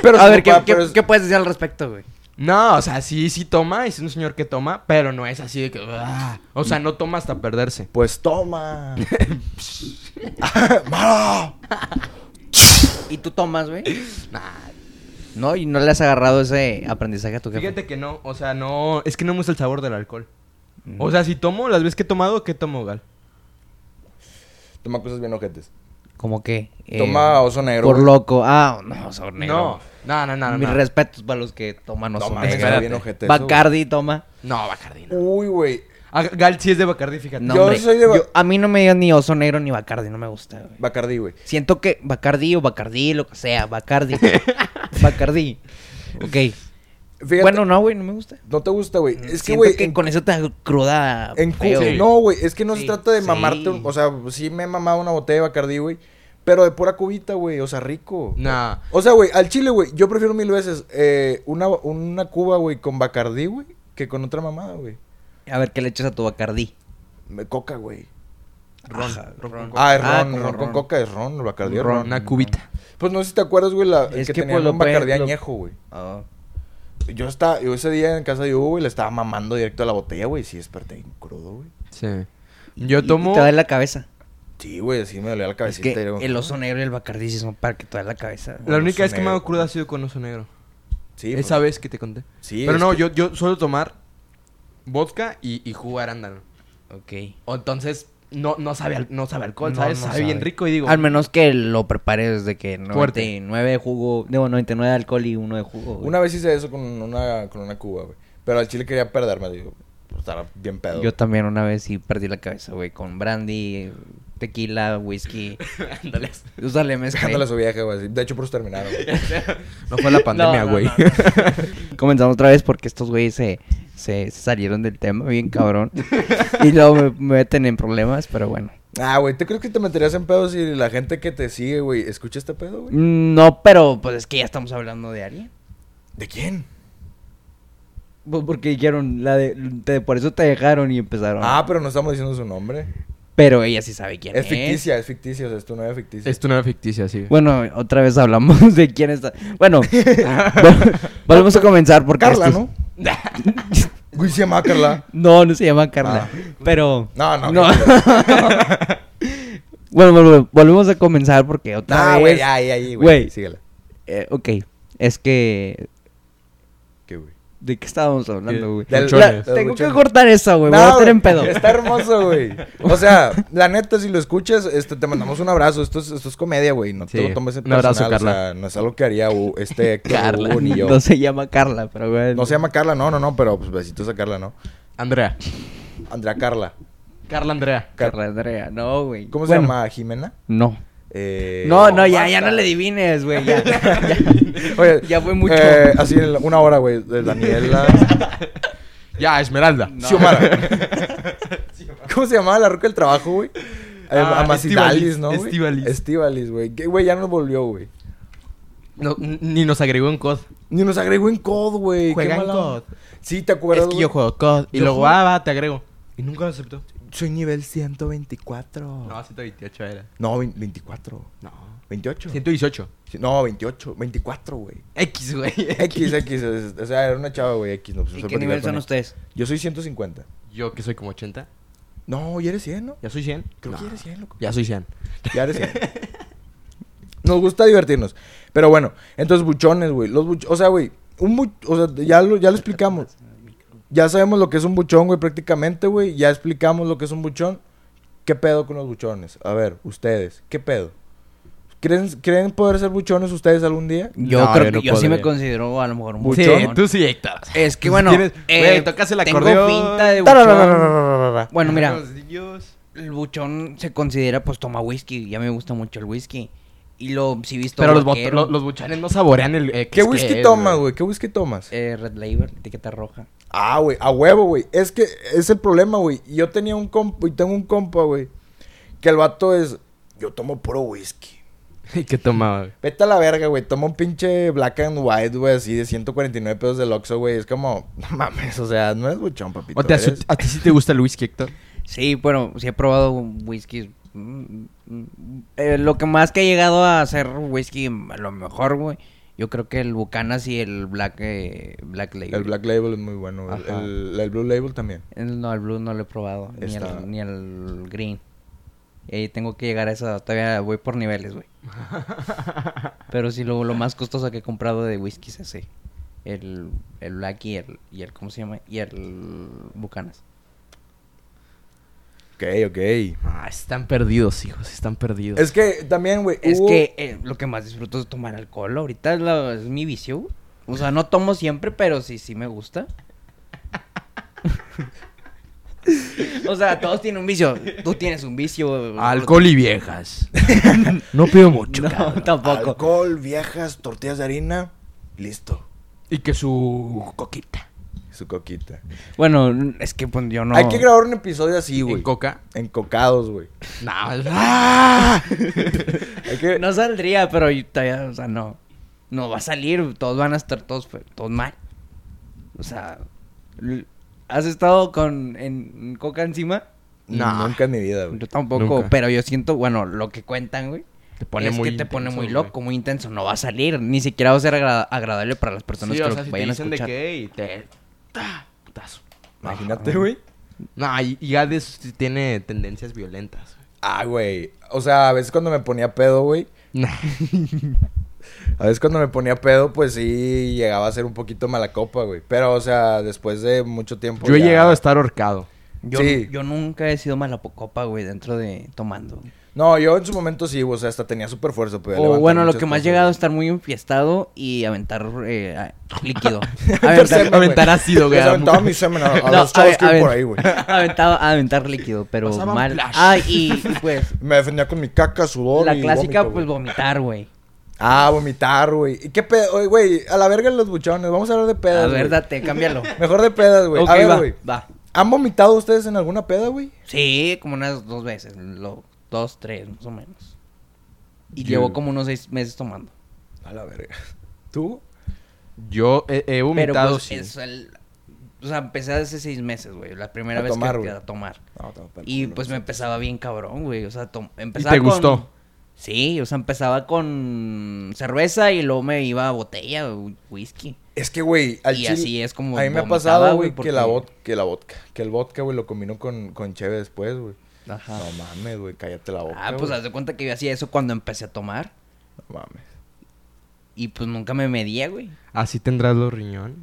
Speaker 1: Pero
Speaker 2: a
Speaker 1: su
Speaker 2: ver, ¿qué,
Speaker 1: papá, pues,
Speaker 2: qué-
Speaker 1: pero es-
Speaker 2: qué puedes decir al respecto, güey?
Speaker 3: No, o sea, sí, sí toma, es un señor que toma, pero no es así de que... "Ah". O sea, no toma hasta perderse.
Speaker 1: Pues toma. ¡Malo!
Speaker 2: ¿Y tú tomas, güey?
Speaker 3: Nah,
Speaker 2: No, y no le has agarrado ese aprendizaje a tu jefe.
Speaker 3: fíjate que no, o sea, no... Es que no me gusta el sabor del alcohol.
Speaker 2: Mm.
Speaker 3: O sea, si tomo, las veces que he tomado, ¿qué tomo, Gal?
Speaker 1: Toma cosas bien ojetes.
Speaker 2: ¿Cómo qué? Eh,
Speaker 1: Toma oso negro,
Speaker 2: Por
Speaker 1: güey.
Speaker 2: loco. Ah, no, oso negro.
Speaker 3: No, no, no, no.
Speaker 2: Mis
Speaker 3: no.
Speaker 2: respetos para los que toman oso
Speaker 1: Toma,
Speaker 2: negro.
Speaker 1: está bien
Speaker 3: espérate.
Speaker 1: ojete eso, güey.
Speaker 2: Bacardi toma.
Speaker 3: No, Bacardi, no.
Speaker 1: Uy, güey.
Speaker 3: Ah, Gal sí es de Bacardi, fíjate.
Speaker 2: No,
Speaker 1: Yo
Speaker 2: hombre.
Speaker 1: soy de Ba-
Speaker 2: Yo- a mí no me dio ni oso negro ni Bacardi, no me gusta, güey.
Speaker 1: Bacardí, güey.
Speaker 2: Siento que Bacardi o Bacardi, lo que sea, Bacardi. Bacardi. Ok.
Speaker 1: Fíjate,
Speaker 2: Bueno, no, güey, no me gusta.
Speaker 1: no te gusta, güey. Es que,
Speaker 2: Siento
Speaker 1: güey,
Speaker 2: que
Speaker 1: en-
Speaker 2: con eso te da cruda.
Speaker 1: En cu-
Speaker 2: feo.
Speaker 3: Sí.
Speaker 1: No, güey, es que no
Speaker 2: Sí,
Speaker 1: se trata de
Speaker 2: sí.
Speaker 1: mamarte, un- o sea, sí me he mamado una botella de Bacardí, güey, pero de pura cubita, güey, o sea, rico.
Speaker 3: Nah.
Speaker 1: O sea, güey, al chile, güey, yo prefiero mil veces eh, una, una cuba, güey, con Bacardí, güey, que con otra mamada, güey.
Speaker 2: A ver, ¿qué le echas a tu Bacardi?
Speaker 1: Me coca, güey.
Speaker 2: Ron.
Speaker 1: Ah, es ron,
Speaker 2: Ah, como
Speaker 1: ron, con
Speaker 2: ron.
Speaker 1: coca es ron, el Bacardí es
Speaker 3: Ron,
Speaker 1: ron.
Speaker 3: una cubita.
Speaker 1: Pues no sé si te acuerdas, güey, la
Speaker 2: Es
Speaker 1: que,
Speaker 2: que,
Speaker 1: tenía
Speaker 2: pues, lo
Speaker 1: un
Speaker 2: puede-
Speaker 1: Bacardí
Speaker 2: lo-
Speaker 1: añejo, güey.
Speaker 2: Ah.
Speaker 1: Yo estaba, yo ese día en casa de Hugo, güey, le estaba mamando directo a la botella, güey, sí desperté bien crudo, güey.
Speaker 3: Sí.
Speaker 2: Y-
Speaker 3: Yo
Speaker 2: y
Speaker 3: tomo...
Speaker 2: Te da en la cabeza.
Speaker 1: Sí, güey, así me dolía la
Speaker 2: Es
Speaker 1: cabecita.
Speaker 2: que
Speaker 1: y luego-
Speaker 2: el oso negro y el Bacardi sí son para que te da en la cabeza.
Speaker 3: La única
Speaker 1: Oso
Speaker 3: vez que me ha dado
Speaker 1: negro.
Speaker 3: cruda ha sido con oso negro.
Speaker 1: Sí,
Speaker 3: Esa
Speaker 1: pues,
Speaker 3: vez que te conté.
Speaker 1: Sí,
Speaker 3: Pero
Speaker 1: es
Speaker 3: no,
Speaker 1: que-
Speaker 3: yo, yo suelo tomar vodka y, y jugo de arándano.
Speaker 2: Ok.
Speaker 3: O entonces, no, no, sabe, al- no sabe alcohol,
Speaker 2: No,
Speaker 3: ¿sabes?
Speaker 2: no
Speaker 3: sabe,
Speaker 2: sabe.
Speaker 3: bien rico y digo...
Speaker 2: Al menos que lo prepares de que
Speaker 3: Fuerte.
Speaker 2: 99 de jugo, digo 99 de alcohol y uno de jugo. güey.
Speaker 1: Una vez hice eso con una, con una cuba, güey. Pero al chile quería perderme, digo. pues, Estaba bien pedo.
Speaker 2: Yo también una vez sí perdí la cabeza, güey, con brandy, tequila, whisky.
Speaker 3: Ándale.
Speaker 2: Úsale mezcla.
Speaker 1: Dejándole su viaje, güey. así. De hecho, por eso terminaron. güey.
Speaker 3: No fue la pandemia,
Speaker 2: No, no,
Speaker 3: güey.
Speaker 2: no, Comenzamos otra vez porque estos güeyes se, se salieron del tema bien cabrón. y luego me, me meten en problemas, pero bueno.
Speaker 1: Ah, güey, ¿te crees que te meterías en pedo si la gente que te sigue, güey, escucha este pedo, güey?
Speaker 2: No, pero pues es que ya estamos hablando de alguien.
Speaker 1: ¿De quién?
Speaker 2: Pues, Porque dijeron, la de, te- por eso te dejaron y empezaron.
Speaker 1: Ah, pero no estamos diciendo su nombre.
Speaker 2: Pero ella sí sabe quién es.
Speaker 1: Es ficticia, es ficticia, o sea, es tu novia ficticia.
Speaker 3: Esto no era ficticia, sí.
Speaker 2: Bueno, otra vez hablamos de quién está. Bueno, vol- volvemos a comenzar porque.
Speaker 1: Carla,
Speaker 2: esto es-
Speaker 1: ¿no? Güey, se llama Carla.
Speaker 2: No, no se llama Carla. Pero.
Speaker 1: Ah. No, no.
Speaker 2: No.
Speaker 1: güey.
Speaker 2: Bueno, volve- volvemos a comenzar porque
Speaker 1: Ah,
Speaker 2: otra vez.
Speaker 1: güey, ahí, ahí, güey.
Speaker 2: Güey.
Speaker 1: Síguela.
Speaker 2: Eh, ok, es que.
Speaker 1: ¿Qué, güey?
Speaker 2: ¿De qué estábamos hablando, güey?
Speaker 1: Del-
Speaker 2: La-
Speaker 1: del
Speaker 2: Tengo que
Speaker 1: buchón.
Speaker 2: cortar eso, güey.
Speaker 1: No,
Speaker 2: Voy a estar
Speaker 1: güey,
Speaker 2: en pedo.
Speaker 1: Está hermoso, güey. O sea, la neta, si lo escuchas, este, te mandamos un abrazo. Esto es, esto es comedia, güey. No te
Speaker 3: Sí.
Speaker 1: lo tomes en
Speaker 3: Un abrazo,
Speaker 1: personal, O sea,
Speaker 3: Carla.
Speaker 1: no es algo que haría uh, este Héctor
Speaker 3: Carla.
Speaker 1: Hugo ni yo.
Speaker 2: No se llama Carla, pero güey.
Speaker 1: No se llama Carla, no, no, no, pero pues besitos a Carla, ¿no?
Speaker 3: Andrea.
Speaker 1: Andrea Carla.
Speaker 3: Carla Andrea.
Speaker 2: Carla Andrea. No, güey.
Speaker 1: ¿Cómo se
Speaker 2: Bueno,
Speaker 1: llama? ¿Jimena?
Speaker 2: No.
Speaker 1: Eh,
Speaker 2: No, no, ya, ya no le adivines, güey. Ya, ya,
Speaker 1: Oye,
Speaker 2: ya fue mucho.
Speaker 1: eh, así, en la- una hora, güey. De Daniela.
Speaker 3: Ya, Esmeralda.
Speaker 2: No.
Speaker 1: Xiomara. ¿Cómo se llamaba la roca del trabajo, güey?
Speaker 3: Ah,
Speaker 1: Ah, Amacidalis,
Speaker 3: Estivalis,
Speaker 1: ¿no? güey?
Speaker 3: Estivalis.
Speaker 1: Estivalis, güey. Que, Güey, ya no volvió, güey.
Speaker 3: No, n- ni nos agregó en COD.
Speaker 1: Ni nos agregó en COD, güey.
Speaker 3: Juega
Speaker 1: Qué
Speaker 3: en
Speaker 1: mala-
Speaker 3: COD.
Speaker 1: Sí, ¿te acuerdas?
Speaker 3: Es que
Speaker 1: güey?
Speaker 3: yo juego COD. Y
Speaker 1: Yo
Speaker 3: luego,
Speaker 1: juego-
Speaker 3: ah, va, te agrego. Y nunca lo aceptó.
Speaker 1: Soy nivel 124.
Speaker 3: No, 128 era.
Speaker 1: No, vein- 24.
Speaker 3: No.
Speaker 1: 28.
Speaker 3: 118.
Speaker 1: Sí, No, 28. 24, güey.
Speaker 3: X, güey.
Speaker 1: X, X. es- O sea, era una chava, güey. X. No, pues,
Speaker 2: ¿Y
Speaker 1: no se
Speaker 2: qué
Speaker 1: puede
Speaker 2: nivel
Speaker 1: ligar con
Speaker 2: son
Speaker 1: ella.
Speaker 2: ustedes?
Speaker 1: Yo soy 150.
Speaker 3: Yo que soy como 80.
Speaker 1: No, ya eres 100, ¿no?
Speaker 3: ¿Ya soy 100?
Speaker 1: Creo
Speaker 3: No.
Speaker 1: que ya eres 100, loco.
Speaker 3: Ya soy 100.
Speaker 1: Ya eres cien. Nos gusta divertirnos. Pero bueno, entonces buchones, güey. Los buch- O sea, güey, un bu- o sea, ya lo, ya lo explicamos. Ya sabemos lo que es un buchón, güey, prácticamente, güey. Ya explicamos lo que es un buchón. ¿Qué pedo con los buchones? A ver, ustedes, ¿qué pedo? ¿Creen, ¿creen poder ser buchones ustedes algún día?
Speaker 2: Yo
Speaker 3: No,
Speaker 2: creo
Speaker 3: yo
Speaker 2: que
Speaker 3: no
Speaker 2: yo sí me
Speaker 3: podría.
Speaker 2: considero a lo mejor un
Speaker 3: Sí,
Speaker 2: buchón.
Speaker 3: tú sí, Héctor.
Speaker 2: Es que bueno,
Speaker 3: Tienes-
Speaker 2: eh,
Speaker 3: güey, tocas el
Speaker 2: tengo
Speaker 3: acordeón.
Speaker 2: pinta de buchón.
Speaker 1: Tararararararara.
Speaker 2: Bueno, mira,
Speaker 3: Los dios.
Speaker 2: el buchón se considera pues toma whisky, ya me gusta mucho el whisky. Y lo si visto
Speaker 3: Pero los, bot-
Speaker 2: vaquero,
Speaker 3: lo- los buchanes no saborean el. eh,
Speaker 1: ¿Qué
Speaker 3: es
Speaker 1: whisky
Speaker 3: que es,
Speaker 1: tomas,
Speaker 3: güey?
Speaker 1: güey? ¿Qué whisky tomas?
Speaker 2: eh, red label, etiqueta roja.
Speaker 1: Ah, güey, a huevo, güey. Es que es el problema, güey. Yo tenía un compa, y tengo un compa, güey, que el vato es, yo tomo puro whisky.
Speaker 3: ¿Y qué tomaba? güey?
Speaker 1: Vete a la verga, güey. Toma un pinche black and white, güey, así de 149 pesos del Oxxo, güey. Es como, no mames, o sea, no es buchón, papito.
Speaker 3: ¿O te asu-
Speaker 1: eres-
Speaker 3: ¿A ti sí te gusta el whisky, Héctor?
Speaker 2: Sí, bueno, sí he probado whisky. Mm, mm, eh, lo que más que he llegado a hacer whisky, a lo mejor, güey. Yo creo que el Bucanas y el Black, eh, black Label.
Speaker 1: El black label es muy bueno, güey.
Speaker 2: Ajá.
Speaker 1: El, el blue label también.
Speaker 2: El- no, el Blue no lo he probado. Ni
Speaker 1: Está-
Speaker 2: el, ni el Green. Y ahí tengo que llegar a eso. Todavía voy por niveles, güey. Pero sí, lo, lo más costoso que he comprado de whisky es ese. El, el Black y el, y el... ¿Cómo se llama? Y el Bucanas.
Speaker 1: Ok, ok.
Speaker 3: Ah, están perdidos, hijos, están perdidos.
Speaker 1: Es que también, güey.
Speaker 2: Es
Speaker 1: hubo-
Speaker 2: que eh, lo que más disfruto es tomar alcohol. Ahorita es, la- es mi vicio. güey. O sea, no tomo siempre, pero sí, sí me gusta. o sea, todos tienen un vicio. Tú tienes un vicio.
Speaker 3: Alcohol y viejas. no pido mucho.
Speaker 2: No,
Speaker 3: cabrón.
Speaker 2: tampoco.
Speaker 1: Alcohol, viejas, tortillas de harina. Listo.
Speaker 3: Y que su coquita.
Speaker 1: Su coquita.
Speaker 2: Bueno, es que pues, yo no.
Speaker 1: Hay que grabar un episodio así,
Speaker 3: ¿En
Speaker 1: güey.
Speaker 3: coca?
Speaker 1: Encocados, güey.
Speaker 3: No. ¡Ah!
Speaker 1: Hay que...
Speaker 2: No saldría, pero yo todavía, o sea, no. No va a salir. Todos van a estar todos, fe- todos mal. O sea, l- ¿has estado con en coca encima?
Speaker 3: No.
Speaker 1: Nunca en mi vida, güey.
Speaker 2: Yo tampoco,
Speaker 3: Nunca.
Speaker 2: pero yo siento, bueno, lo que cuentan, güey.
Speaker 3: Te pone
Speaker 2: es
Speaker 3: muy
Speaker 2: que te pone
Speaker 3: intenso,
Speaker 2: muy
Speaker 3: güey.
Speaker 2: loco, muy intenso. No va a salir. Ni siquiera va a ser agra- agradable para las personas
Speaker 3: Sí,
Speaker 2: que
Speaker 3: o
Speaker 2: lo
Speaker 3: sea, si te
Speaker 2: vayan a
Speaker 3: dicen de
Speaker 2: escuchar.
Speaker 3: qué y te... ¡Ah! Putazo.
Speaker 1: Imagínate, güey.
Speaker 3: No, y, y Hades sí tiene tendencias violentas.
Speaker 1: Ah, güey. O sea, a veces cuando me ponía pedo, güey. A veces cuando me ponía pedo, pues sí llegaba a ser un poquito mala copa, güey. Pero, o sea, después de mucho tiempo.
Speaker 3: Yo he
Speaker 1: ya-
Speaker 3: llegado a estar ahorcado.
Speaker 2: Yo,
Speaker 1: Sí.
Speaker 2: yo nunca he sido mala po- copa, güey, dentro de tomando.
Speaker 1: No, yo en su momento sí, o sea, hasta tenía súper fuerza. podía
Speaker 2: O
Speaker 1: levantar
Speaker 2: bueno, lo
Speaker 1: muchas
Speaker 2: que más
Speaker 1: cosas,
Speaker 2: llegado
Speaker 1: güey.
Speaker 2: a estar muy enfiestado y aventar eh, a- líquido.
Speaker 1: Entonces,
Speaker 2: aventar,
Speaker 1: güey,
Speaker 3: aventar ácido, güey,
Speaker 1: yo
Speaker 3: a
Speaker 1: se
Speaker 3: la
Speaker 1: aventaba
Speaker 3: mujer.
Speaker 1: mi semen a, a
Speaker 2: no,
Speaker 1: los chavos
Speaker 2: a-
Speaker 1: que iban por
Speaker 2: aven-
Speaker 1: ahí, güey.
Speaker 2: aventaba a aventar líquido, pero
Speaker 3: Pasaban
Speaker 2: mal.
Speaker 3: flash.
Speaker 2: Ah, y, y, pues
Speaker 1: Me defendía con mi caca, sudor
Speaker 2: la
Speaker 1: y
Speaker 2: clásica,
Speaker 1: vómito,
Speaker 2: pues
Speaker 1: güey.
Speaker 2: vomitar, güey.
Speaker 1: Ah, vomitar, güey. ¿Y qué pedo? Oye, güey, a la verga los buchones. Vamos a hablar de pedas,
Speaker 2: La
Speaker 1: güey.
Speaker 2: verdad, te cámbialo.
Speaker 1: Mejor de pedas, güey.
Speaker 2: ok,
Speaker 1: a ver,
Speaker 2: va,
Speaker 1: güey.
Speaker 2: va.
Speaker 1: ¿Han vomitado ustedes en alguna peda, güey?
Speaker 2: Sí, como unas dos veces, lo- dos, tres, más o menos. Y
Speaker 3: Yo-
Speaker 2: llevo como unos seis meses tomando.
Speaker 1: A la verga. ¿Tú?
Speaker 3: Yo he, he
Speaker 2: pero
Speaker 3: vomitado,
Speaker 2: pues,
Speaker 3: sí.
Speaker 2: es el- o sea, empecé hace seis meses, güey, la primera
Speaker 1: A
Speaker 2: vez
Speaker 1: tomar,
Speaker 2: que
Speaker 1: güey.
Speaker 2: a tomar.
Speaker 1: No, no, perdón,
Speaker 2: Y
Speaker 1: no.
Speaker 2: pues me empezaba bien cabrón, güey. O sea, tom- empezaba
Speaker 3: te
Speaker 2: con-
Speaker 3: gustó?
Speaker 2: Sí, o sea, empezaba con cerveza y luego me iba a botella, u- whisky.
Speaker 1: Es que, güey, al
Speaker 2: Y
Speaker 1: chile-
Speaker 2: así es como
Speaker 1: A mí me ha
Speaker 2: vomitaba,
Speaker 1: pasado,
Speaker 2: güey,
Speaker 1: güey, que, la
Speaker 2: porque-
Speaker 1: vod- que la vodka. Que el vodka, güey, lo combinó con, con cheve después, güey.
Speaker 2: Ajá.
Speaker 1: No mames, güey, cállate la boca.
Speaker 2: Ah, pues
Speaker 1: güey.
Speaker 2: haz de cuenta que yo hacía eso cuando empecé a tomar.
Speaker 1: No mames.
Speaker 2: Y pues nunca me medía, güey.
Speaker 3: Así tendrás los riñones.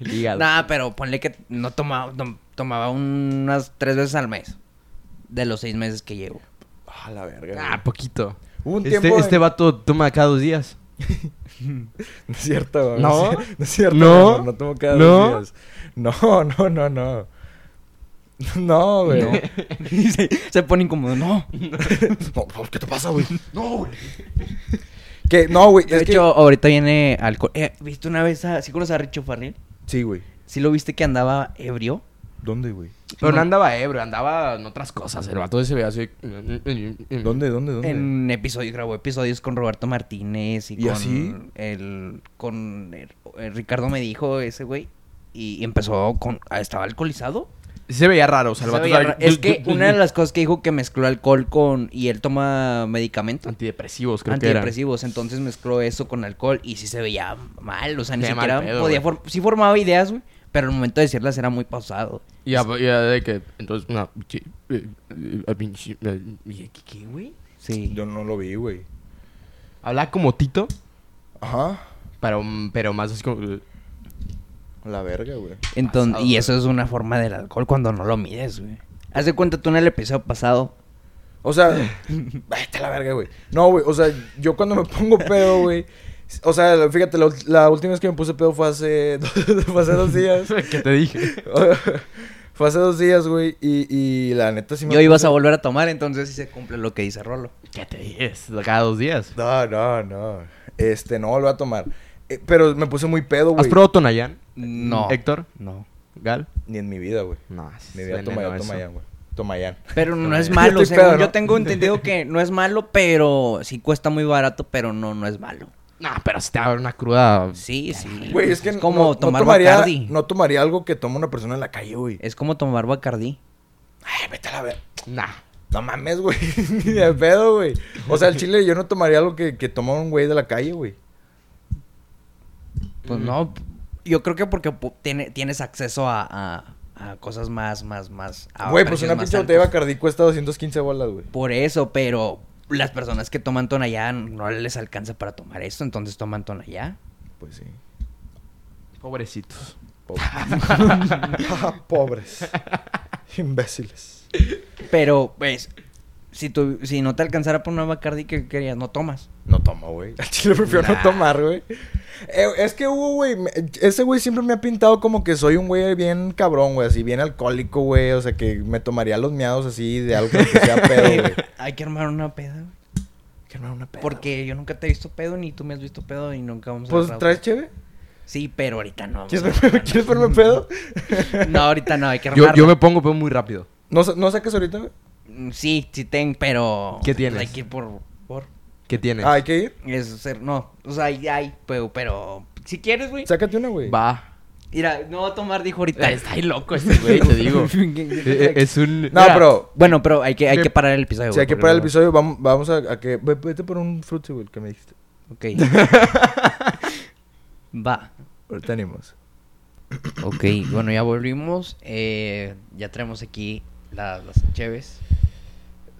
Speaker 3: El hígado.
Speaker 2: Nada, pero ponle que no tomaba, tom- tomaba unas tres veces al mes. De los seis meses que llevo.
Speaker 1: Ah, la verga.
Speaker 3: Ah,
Speaker 2: pues,
Speaker 1: güey.
Speaker 3: poquito.
Speaker 1: Hubo un
Speaker 3: este,
Speaker 1: tiempo.
Speaker 3: este
Speaker 1: en-
Speaker 3: vato toma cada dos días.
Speaker 1: No es cierto, güey.
Speaker 3: ¿No?
Speaker 1: No es cierto.
Speaker 3: ¿No?
Speaker 1: güey, No tomo cada
Speaker 3: ¿No?
Speaker 1: dos días. No, no, no, no. No, güey.
Speaker 2: No. Y se, se pone incómodo. No.
Speaker 1: No, no, ¿qué te pasa, güey? No, güey. Que, no, güey.
Speaker 2: De
Speaker 1: Es que...
Speaker 2: hecho, ahorita viene alcohol. Eh, ¿Viste una vez a... ¿Sí conoces a Richo Farrell?
Speaker 1: Sí, güey.
Speaker 2: ¿Sí lo viste que andaba ebrio?
Speaker 1: ¿Dónde, güey?
Speaker 3: Pero no
Speaker 2: No.
Speaker 3: andaba ebrio, andaba en otras cosas. El vato se veía así.
Speaker 1: ¿Dónde, dónde, dónde?
Speaker 2: En episodios, grabó episodios con Roberto Martínez y,
Speaker 1: ¿Y
Speaker 2: con
Speaker 1: así?
Speaker 2: el con el- el Ricardo me dijo ese güey y empezó con ah, estaba alcoholizado.
Speaker 3: Sí se veía raro, o sea, el
Speaker 2: Se
Speaker 3: vato
Speaker 2: veía
Speaker 3: estaba-
Speaker 2: ra- es que una de las cosas que dijo que mezcló alcohol con y él toma medicamentos
Speaker 3: Antidepresivos, pues creo que era.
Speaker 2: antidepresivos, entonces mezcló eso con alcohol y sí se veía mal, o sea, ni
Speaker 3: Se veía mal
Speaker 2: siquiera
Speaker 3: pedo,
Speaker 2: podía
Speaker 3: güey.
Speaker 2: form- sí formaba ideas, güey, pero el momento de decirlas era muy pausado.
Speaker 3: Y a- y a- de que. Entonces, no. che, eh, eh, a pinche- eh, ¿Qué, qué, güey?
Speaker 2: Sí.
Speaker 1: Yo no lo vi, güey.
Speaker 3: Hablaba como Tito,
Speaker 1: Ajá.
Speaker 3: pero, pero más así como. eh,
Speaker 1: La verga, güey.
Speaker 2: Entonces,
Speaker 3: Pasado
Speaker 2: y
Speaker 3: de-
Speaker 2: eso es una forma del alcohol cuando no lo mides, güey. Haz de cuenta tú en el episodio pasado.
Speaker 1: O sea, vete a la verga, güey. No, güey, o sea, yo cuando me pongo pedo, güey. O sea, fíjate, la, ul- la última vez que me puse pedo fue hace, fue hace dos días.
Speaker 3: ¿Qué te dije?
Speaker 1: fue hace dos días, güey. Y, y la neta sí me.
Speaker 2: Yo ibas
Speaker 1: puse-
Speaker 2: a volver a tomar, entonces sí se cumple lo que dice Rolo.
Speaker 3: ¿Qué te dije? Es Cada dos días.
Speaker 1: No, no, no. Este, no lo voy a tomar. Eh, pero me puse muy pedo,
Speaker 3: ¿Has
Speaker 1: güey.
Speaker 3: probado Tonayán?
Speaker 2: No.
Speaker 3: ¿Héctor?
Speaker 2: No.
Speaker 3: ¿Gal? Ah,
Speaker 1: Ni en mi vida, güey.
Speaker 3: No,
Speaker 1: Mi vida Tomayán, Tomayán, güey. Tomayán.
Speaker 2: Pero no es
Speaker 1: Yo
Speaker 2: malo.
Speaker 1: estoy
Speaker 2: según
Speaker 1: pedo,
Speaker 2: Yo
Speaker 1: ¿no?
Speaker 2: tengo entendido que no es malo, pero sí cuesta muy barato, pero no, no es malo.
Speaker 3: No, pero si te va a dar una cruda.
Speaker 2: Sí, sí.
Speaker 1: Güey, es que
Speaker 2: como
Speaker 1: no, no
Speaker 2: tomar
Speaker 1: tomaría,
Speaker 2: Bacardi.
Speaker 1: no tomaría algo que toma una persona en la calle, güey.
Speaker 2: Es como tomar Bacardi.
Speaker 1: Ay, vete a la verga.
Speaker 3: Nah.
Speaker 1: No mames, güey. Ni de pedo, güey. O sea, el chile yo no tomaría algo que, que toma un güey de la calle, güey.
Speaker 2: Pues no. Yo creo que porque pu- tiene- tienes acceso a, a- a cosas más, más, más. a
Speaker 1: Güey, pues
Speaker 2: precios
Speaker 1: una
Speaker 2: más
Speaker 1: pinche
Speaker 2: altos.
Speaker 1: botella de Bacardi cuesta 215 bolas, güey.
Speaker 2: Por eso, pero las personas que toman Tonayán no les alcanza para tomar esto, entonces toman Tonayán.
Speaker 1: Pues sí.
Speaker 3: Pobrecitos.
Speaker 1: Pobres. Pobres. Imbéciles.
Speaker 2: Pero, pues, si, tú, si no te alcanzara por una Bacardi que querías, no tomas.
Speaker 1: No tomo, güey. Al chile prefiero
Speaker 2: Nah.
Speaker 1: no tomar, güey. Eh, es que hubo, güey. me- Ese güey siempre me ha pintado como que soy un güey bien cabrón, güey. Así, bien alcohólico, güey. O sea, que me tomaría los miados así de algo que sea pedo, güey.
Speaker 2: Hay que armar una peda, güey.
Speaker 1: Que no era una peda,
Speaker 2: Porque yo nunca te he visto pedo, ni tú me has visto pedo, y nunca vamos
Speaker 1: güey.
Speaker 2: a
Speaker 1: Pues traes
Speaker 2: agarrar-
Speaker 1: chévere.
Speaker 2: Sí, pero ahorita no. vamos a
Speaker 1: ¿Quieres, verme,
Speaker 2: armar,
Speaker 1: ¿Quieres verme pedo?
Speaker 2: no. No, ahorita no, hay que
Speaker 3: Yo,
Speaker 2: armar.
Speaker 3: yo me pongo pero muy rápido.
Speaker 1: ¿No, sa- no saques ahorita, güey?
Speaker 2: Sí, sí ten, pero...
Speaker 3: ¿Qué tienes?
Speaker 2: Hay que ir por... por...
Speaker 3: ¿Qué tienes?
Speaker 1: Ah, hay que ir.
Speaker 2: Es ser... No, o sea, hay, hay, pero, pero... Si quieres, güey.
Speaker 1: Sácate una, güey.
Speaker 3: Va.
Speaker 2: Mira, no va a tomar, dijo ahorita.
Speaker 3: Está ahí loco este güey, te digo. Eh, eh, es un.
Speaker 1: No,
Speaker 3: Mira,
Speaker 1: pero.
Speaker 2: Bueno, pero hay que, hay
Speaker 1: Sí.
Speaker 2: que parar el episodio.
Speaker 1: Si hay
Speaker 2: güey,
Speaker 1: que
Speaker 2: porque
Speaker 1: parar el
Speaker 2: luego-
Speaker 1: episodio, vamos, vamos a, a que. ve- Vete por un frutti, güey, que me dijiste.
Speaker 2: Ok. Va.
Speaker 1: Ahorita animamos.
Speaker 2: Ok, bueno, ya volvimos. Eh, ya traemos aquí la- las cheves.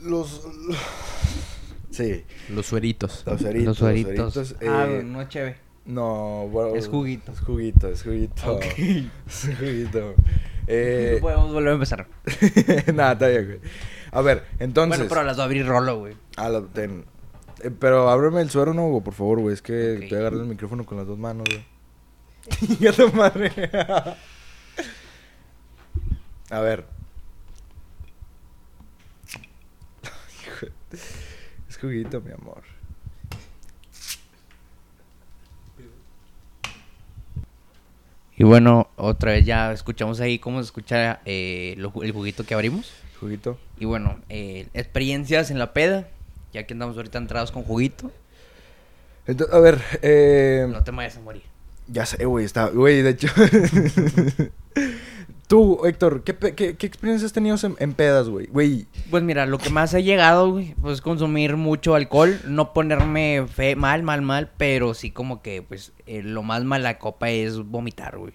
Speaker 1: Los. Sí.
Speaker 3: Los sueritos.
Speaker 1: Los sueritos.
Speaker 2: los sueritos. Ah,
Speaker 1: eh,
Speaker 2: no es cheve.
Speaker 1: No, bueno.
Speaker 2: Es juguito.
Speaker 1: Es juguito, es juguito.
Speaker 2: Ok.
Speaker 1: Es juguito. oh. Eh,
Speaker 2: Podemos volver a empezar.
Speaker 1: Nada, está bien, güey. A ver, entonces.
Speaker 2: bueno, pero las va a abrir Rolo, güey.
Speaker 1: Ah, la- ten. Eh, pero ábreme el suero, no, güey, por favor, güey. Es que
Speaker 2: Ok.
Speaker 1: te voy a agarrar el micrófono con las dos manos, güey. Chinga tu madre. a ver. Hijo de- es juguito, mi amor.
Speaker 2: Y bueno, otra vez ya escuchamos ahí cómo se escucha eh, lo ju- el juguito que abrimos.
Speaker 1: Juguito.
Speaker 2: Y bueno, eh, experiencias en la peda. Ya que andamos ahorita entrados con juguito.
Speaker 1: Ento- a ver, eh,
Speaker 2: No te vayas a morir.
Speaker 1: ya sé, güey, está, güey, de hecho. Tú, Héctor, ¿qué, pe- qué, qué experiencias has tenido en, en pedas, güey? Güey,
Speaker 2: Pues mira, lo que más he llegado, güey, pues es consumir mucho alcohol, no ponerme fe, mal, mal, mal, pero sí como que, pues, eh, lo más mala copa es vomitar, güey.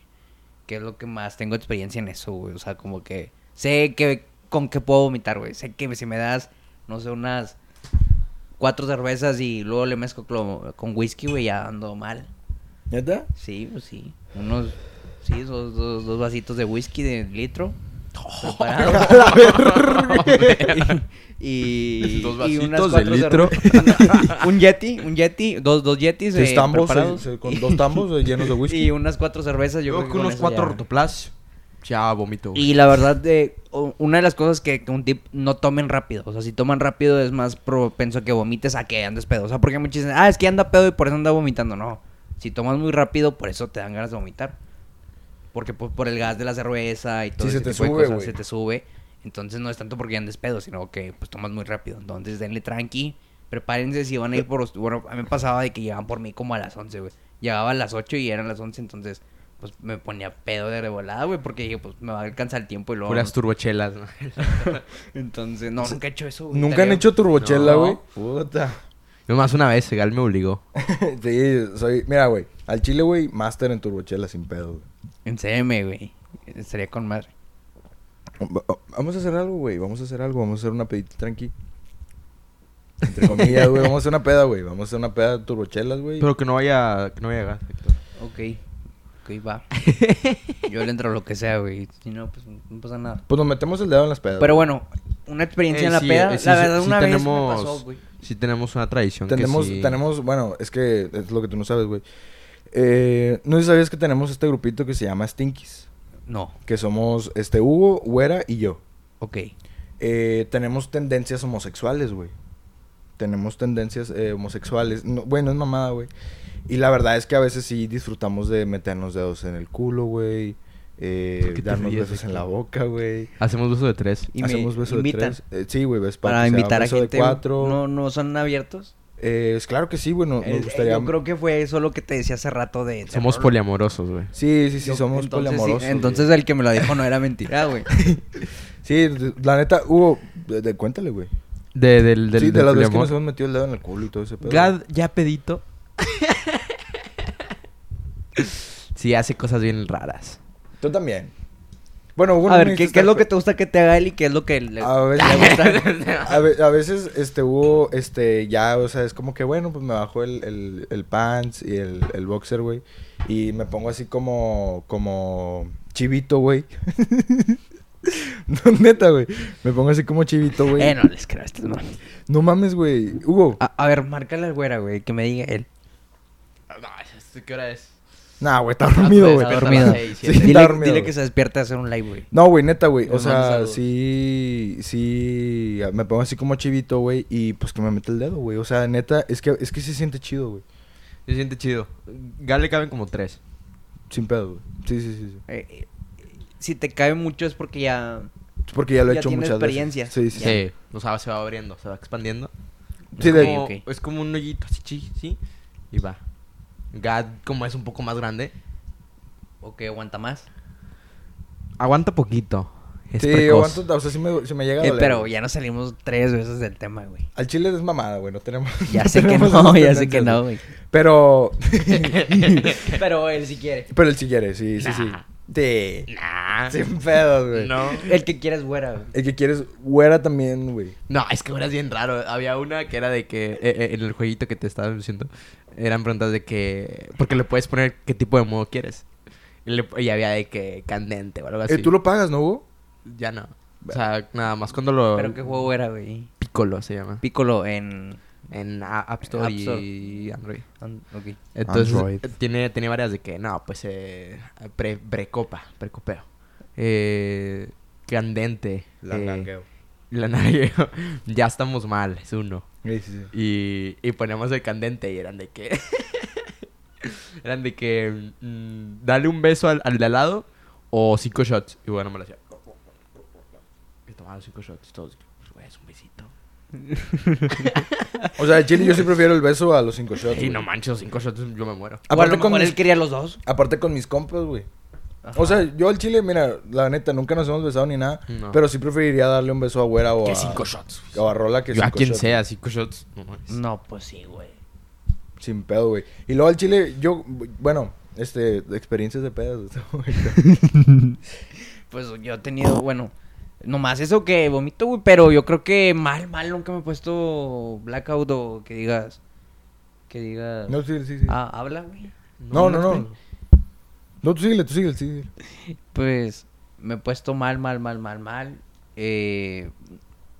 Speaker 2: Que es lo que más tengo experiencia en eso, güey. O sea, como que sé que con qué puedo vomitar, güey. Sé que si me das, no sé, unas cuatro cervezas y luego le mezclo clo- con whisky, güey, ya ando mal.
Speaker 1: ¿neta?
Speaker 2: Sí, pues sí. Unos, sí, dos, dos, dos vasitos de whisky de litro. preparado. y,
Speaker 3: Dos
Speaker 2: y unas
Speaker 3: vasitos de
Speaker 2: cuatro
Speaker 3: litro.
Speaker 2: cerve- un yeti, un yeti, dos, dos yetis
Speaker 1: Seis
Speaker 2: eh,
Speaker 1: tambos,
Speaker 2: preparados.
Speaker 1: eh, con dos tambos eh, llenos de whisky.
Speaker 2: Y unas cuatro cervezas, yo,
Speaker 3: Yo
Speaker 2: creo
Speaker 3: creo que
Speaker 2: con
Speaker 3: unos
Speaker 2: eso ya.
Speaker 3: cuatro rotoplas. Ya vomito. güey.
Speaker 2: Y la verdad, de, o- una de las cosas que, que un tip, no tomen rápido. O sea, si toman rápido es más propenso a que vomites a que andes pedo. O sea, porque muchos dicen, ah, es que anda pedo y por eso anda vomitando. No, si tomas muy rápido, por eso te dan ganas de vomitar. Porque pues, por el gas de la cerveza y todo
Speaker 1: Sí,
Speaker 2: ese
Speaker 1: se te
Speaker 2: tipo de
Speaker 1: sube,
Speaker 2: cosas
Speaker 1: güey.
Speaker 2: se te sube. Entonces no es tanto porque andes pedo, sino que pues tomas muy rápido. Entonces denle tranqui, prepárense si van a ir por... los- Bueno, a mí me pasaba de que llegaban por mí como a las 11, güey. Llegaba a las 8 y eran las 11, entonces pues me ponía pedo de revolada, güey, porque dije, pues me va a alcanzar el tiempo y luego...
Speaker 3: Puras Pues, turbochelas. ¿no?
Speaker 2: Entonces, no, nunca he hecho eso, güey.
Speaker 1: ¿Nunca
Speaker 2: Estaría-
Speaker 1: han hecho turbochela,
Speaker 3: No.
Speaker 1: güey? Puta.
Speaker 3: Nomás una vez, Gal me obligó.
Speaker 1: sí, soy... Mira, güey. Al chile, güey, máster en turbochela sin pedo, güey.
Speaker 2: Enséñame, güey. Estaría con madre.
Speaker 1: Va- va- Vamos a hacer algo, güey. Vamos a hacer algo. Vamos a hacer una pedita tranqui. Entre comillas, güey. Vamos a hacer una peda, güey. Vamos a hacer una peda de turbochelas, güey.
Speaker 3: Pero que no vaya, que no vaya gas, Héctor.
Speaker 2: Ok. Ok, va. Yo le entro a lo que sea, güey. Si no, pues no pasa nada.
Speaker 1: Pues nos metemos el dedo en las pedas.
Speaker 2: Pero bueno, una experiencia
Speaker 3: Eh,
Speaker 2: en la
Speaker 3: sí,
Speaker 2: peda.
Speaker 3: eh, sí,
Speaker 2: la
Speaker 3: sí,
Speaker 2: verdad,
Speaker 3: sí
Speaker 2: una vez
Speaker 3: tenemos-
Speaker 2: me pasó, güey.
Speaker 3: Sí tenemos una tradición que
Speaker 1: Tenemos,
Speaker 3: sí-
Speaker 1: tenemos, bueno, es que es lo que tú no sabes, güey. Eh, no sé si sabías que tenemos este grupito que se llama Stinkies.
Speaker 2: No,
Speaker 1: Que somos este Hugo, Güera y yo.
Speaker 2: ok.
Speaker 1: Eh, tenemos tendencias homosexuales, güey. Tenemos tendencias eh, homosexuales. No, güey, no es mamada, güey. Y la verdad es que a veces sí disfrutamos de meternos dedos en el culo, güey. Eh,
Speaker 3: ¿Por qué te
Speaker 1: darnos
Speaker 3: ríes,
Speaker 1: besos en
Speaker 3: Héctor?
Speaker 1: la boca, güey.
Speaker 3: Hacemos beso de tres.
Speaker 2: Y me
Speaker 1: Hacemos besos
Speaker 2: invitan
Speaker 1: de tres. Eh, sí, güey, ves
Speaker 2: Para invitar a
Speaker 1: beso
Speaker 2: gente.
Speaker 1: de cuatro.
Speaker 2: No, no son abiertos.
Speaker 1: Eh, es claro que sí, güey. no-
Speaker 2: Eh, eh,
Speaker 1: nos gustaría.
Speaker 2: Yo creo que fue eso lo que te decía hace rato de...
Speaker 3: Somos
Speaker 2: terror.
Speaker 3: poliamorosos, güey.
Speaker 1: Sí, sí, sí,
Speaker 2: Yo-
Speaker 1: somos
Speaker 2: entonces, sí,
Speaker 1: poliamorosos.
Speaker 2: entonces el que me lo dijo no era mentira, güey.
Speaker 1: Sí, de- la neta, Hugo, eh, de- de- cuéntale, güey.
Speaker 3: De, del, del,
Speaker 1: Sí, de
Speaker 3: del
Speaker 1: las veces que
Speaker 3: poliamor.
Speaker 1: nos hemos metido el dedo en el culo y todo ese pedo.
Speaker 3: Gad ya pedito. sí, hace cosas bien raras.
Speaker 1: Tú también. Bueno, Hugo
Speaker 2: a
Speaker 1: no
Speaker 2: ver,
Speaker 1: me
Speaker 2: ¿qué,
Speaker 1: hiciste
Speaker 2: qué es lo que
Speaker 1: estar-
Speaker 2: te gusta que te haga él y qué es lo que le...
Speaker 1: A veces, a ve- a veces, este, hubo, este, ya, o sea, es como que, bueno, pues me bajo el, el, el pants y el, el boxer, güey, y me pongo así como, como chivito, güey. no, neta, güey, me pongo así como chivito, güey.
Speaker 2: Eh, no les creo, esto no.
Speaker 1: No mames, güey, Hugo.
Speaker 2: A, a ver, márcale al güera, güey, que me diga él.
Speaker 3: ¿Qué hora es?
Speaker 1: Nah, güey, está dormido, güey.
Speaker 2: Ah, está
Speaker 1: Está
Speaker 2: dormido.
Speaker 1: dormido. Sí,
Speaker 2: Dile,
Speaker 1: está dormido,
Speaker 2: dile
Speaker 1: güey.
Speaker 2: que se despierte a hacer un live, güey.
Speaker 1: No, güey, neta, güey.
Speaker 3: Le
Speaker 1: O
Speaker 3: mando
Speaker 1: sea,
Speaker 3: saludos.
Speaker 1: sí, sí, ah, me pongo así como chivito, güey, y pues que me mete el dedo, güey. O sea, neta, es que, es que se siente chido, güey.
Speaker 3: Se siente chido. Gad le caben como tres.
Speaker 1: Sin pedo, güey. Sí, sí, sí, sí.
Speaker 2: Eh, eh, si te cae mucho es porque ya...
Speaker 1: Porque ya lo he
Speaker 2: Ya
Speaker 1: hecho
Speaker 2: tiene
Speaker 1: muchas
Speaker 2: experiencia.
Speaker 1: veces. Sí, sí, sí.
Speaker 3: O sea, se va abriendo, se va expandiendo.
Speaker 1: Sí,
Speaker 3: es,
Speaker 1: de-
Speaker 3: como,
Speaker 2: Ok, ok.
Speaker 3: es como un hoyito así, chi- sí. Y va. Gad, como es un poco más grande,
Speaker 2: O que aguanta más.
Speaker 3: aguanta poquito. Es
Speaker 1: Sí,
Speaker 3: precoz.
Speaker 1: aguanto, o sea, sí me, sí me llega a
Speaker 2: Eh,
Speaker 1: doler,
Speaker 2: pero
Speaker 1: güey.
Speaker 2: ya nos salimos tres veces del tema, güey.
Speaker 1: Al chile es mamada, güey. No tenemos...
Speaker 2: Ya sé que
Speaker 1: tenemos esas
Speaker 2: no, ya sé que
Speaker 1: tendencias,
Speaker 2: no, güey.
Speaker 1: Pero...
Speaker 2: Pero él si quiere.
Speaker 1: pero él sí quiere, sí, sí, sí.
Speaker 3: Nah.
Speaker 1: Sí.
Speaker 3: Nah.
Speaker 1: Sin pedo, güey.
Speaker 3: No.
Speaker 2: El que quiera es güera, güey.
Speaker 1: El que quieres... Güera también, güey.
Speaker 3: No, es que ahora es bien raro. Había una que era de que eh, eh, en el jueguito que te estaba diciendo eran preguntas de que porque le puedes poner qué tipo de modo quieres. Y, le- y había de que candente o algo así.
Speaker 1: Eh, Tú lo pagas, ¿no, Hugo?
Speaker 3: Ya no. O sea, nada más cuando lo
Speaker 2: Pero qué juego era, güey.
Speaker 3: Piccolo se llama.
Speaker 2: Piccolo en...
Speaker 3: En a- App Store,
Speaker 2: App Store.
Speaker 3: y Android.
Speaker 2: an- ok.
Speaker 3: Entonces
Speaker 1: Android.
Speaker 3: eh, tiene tiene varias de que no, pues eh pre precopa, precopeo. Eh candente. eh, la nargueo. ya estamos mal, es uno.
Speaker 1: Sí, sí, sí.
Speaker 3: Y, y poníamos el candente y eran de que... eran de que... mm, dale un beso al, al de al lado o cinco shots. Y bueno, me lo hacía. Y tomaban cinco shots todos. pues, güey, es un besito.
Speaker 1: O sea, al chile yo sí prefiero el beso a los cinco shots,
Speaker 3: Y
Speaker 1: güey.
Speaker 3: no manches, cinco shots yo me muero.
Speaker 2: O a lo
Speaker 1: Aparte con
Speaker 2: mejor
Speaker 1: mis-
Speaker 2: él quería los dos.
Speaker 1: Aparte con mis compas, güey.
Speaker 2: Ajá.
Speaker 1: O sea, yo al chile, mira, la neta, nunca nos hemos besado ni nada.
Speaker 3: No.
Speaker 1: Pero sí preferiría darle un beso a Güera o
Speaker 3: Que
Speaker 1: a...
Speaker 3: cinco shots.
Speaker 1: O a Rola que
Speaker 3: yo a
Speaker 1: cinco
Speaker 3: quien
Speaker 1: shots.
Speaker 3: sea, cinco shots. No, mames.
Speaker 2: No, pues sí, güey.
Speaker 1: Sin pedo, güey. Y luego al chile, yo, bueno, este, experiencias de pedas. güey.
Speaker 2: Pues yo he tenido, bueno, nomás eso que vomito, güey, pero yo creo que mal, mal nunca me he puesto blackout o que digas, que digas,
Speaker 1: No, sí, sí, sí.
Speaker 2: ah, habla, güey.
Speaker 1: no, no, no.
Speaker 3: explico.
Speaker 1: No, tú síguele, tú síguele, sí. síguele.
Speaker 2: Pues me he puesto mal, mal, mal, mal, mal. Eh,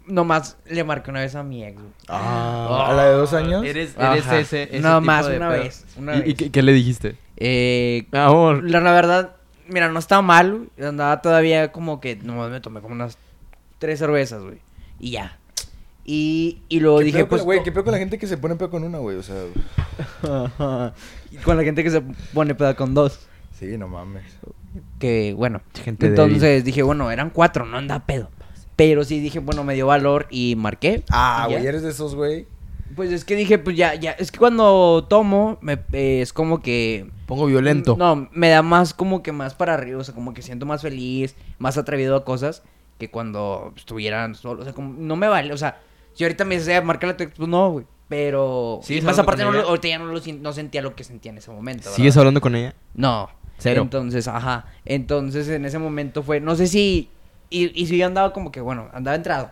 Speaker 2: nomás le marqué una vez a mi ex, güey.
Speaker 1: Ah, a la de dos años.
Speaker 3: Eres, eres
Speaker 2: Ajá.
Speaker 3: ese, ese
Speaker 2: No,
Speaker 3: tipo
Speaker 2: más
Speaker 3: de
Speaker 2: una
Speaker 3: pedo.
Speaker 2: vez, una
Speaker 3: ¿Y, y
Speaker 2: vez.
Speaker 3: qué, qué le dijiste?
Speaker 2: Eh,
Speaker 3: Amor.
Speaker 2: La, la verdad, mira, no estaba mal, güey. Andaba todavía como que nomás me tomé como unas tres cervezas, güey. Y ya. Y, y luego
Speaker 1: ¿Qué
Speaker 2: dije,
Speaker 1: pedo con
Speaker 2: pues.
Speaker 1: la- Güey, qué pedo con la gente que se pone pedo con una, güey. O sea,
Speaker 2: Ajá. Y con la gente que se pone peda con dos.
Speaker 1: sí, no mames.
Speaker 2: Que bueno.
Speaker 3: Gente
Speaker 2: Entonces
Speaker 3: débil.
Speaker 2: dije, bueno, eran cuatro, no anda pedo. Pero sí dije, bueno, me dio valor y marqué.
Speaker 1: Ah,
Speaker 2: y ya.
Speaker 1: güey, eres de esos, güey.
Speaker 2: Pues es que dije, pues ya, ya. Es que cuando tomo, me, eh, es como que.
Speaker 3: Pongo violento.
Speaker 2: No, me da más como que más para arriba, o sea, como que siento más feliz, más atrevido a cosas que cuando estuvieran solo, o sea, como, no me vale, o sea, si ahorita me decía, marca la text, pues no, güey, pero...
Speaker 3: Sí,
Speaker 2: y
Speaker 3: es
Speaker 2: más
Speaker 3: algo
Speaker 2: aparte,
Speaker 3: que me
Speaker 2: no, lo-
Speaker 3: llega.
Speaker 2: ahorita ya no, lo, sien- no sentía lo que sentía en ese momento. ¿verdad?
Speaker 3: ¿Sigues hablando con ella?
Speaker 2: No.
Speaker 3: Cero.
Speaker 2: Entonces, ajá, entonces en ese momento fue, no sé si, y, y si yo andaba como que, bueno, andaba entrado,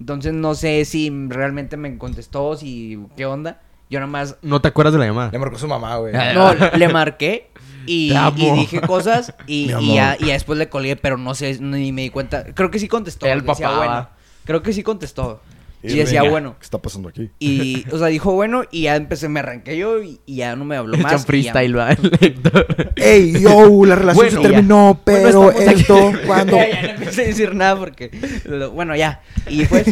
Speaker 2: entonces no sé si realmente me contestó, si qué onda, yo nada más
Speaker 3: ¿No te acuerdas de la llamada?
Speaker 1: Le marcó su mamá, güey.
Speaker 3: Ah,
Speaker 2: no, le marqué Y,
Speaker 3: Te amo.
Speaker 2: y dije cosas y,
Speaker 1: Mi amor.
Speaker 2: y ya, y ya después le colgué, pero no sé, ni me di cuenta. Creo que sí contestó.
Speaker 3: Era el
Speaker 2: decía,
Speaker 3: papá.
Speaker 2: bueno. Creo que sí contestó. Y decía,
Speaker 1: venga,
Speaker 2: bueno.
Speaker 1: ¿Qué está pasando aquí?
Speaker 2: Y, o sea, dijo bueno y ya empecé, me arranqué yo y, y ya no me habló más.
Speaker 3: Echan
Speaker 2: y ya-
Speaker 3: freestyle, va. el Héctor.
Speaker 1: Ey, yo, la relación
Speaker 3: Bueno,
Speaker 1: se
Speaker 2: ya.
Speaker 1: terminó, pero
Speaker 2: Bueno, estamos
Speaker 1: esto,
Speaker 2: aquí.
Speaker 1: cuando.
Speaker 2: Ya, ya no empecé a decir nada porque. lo- bueno, ya. Y pues.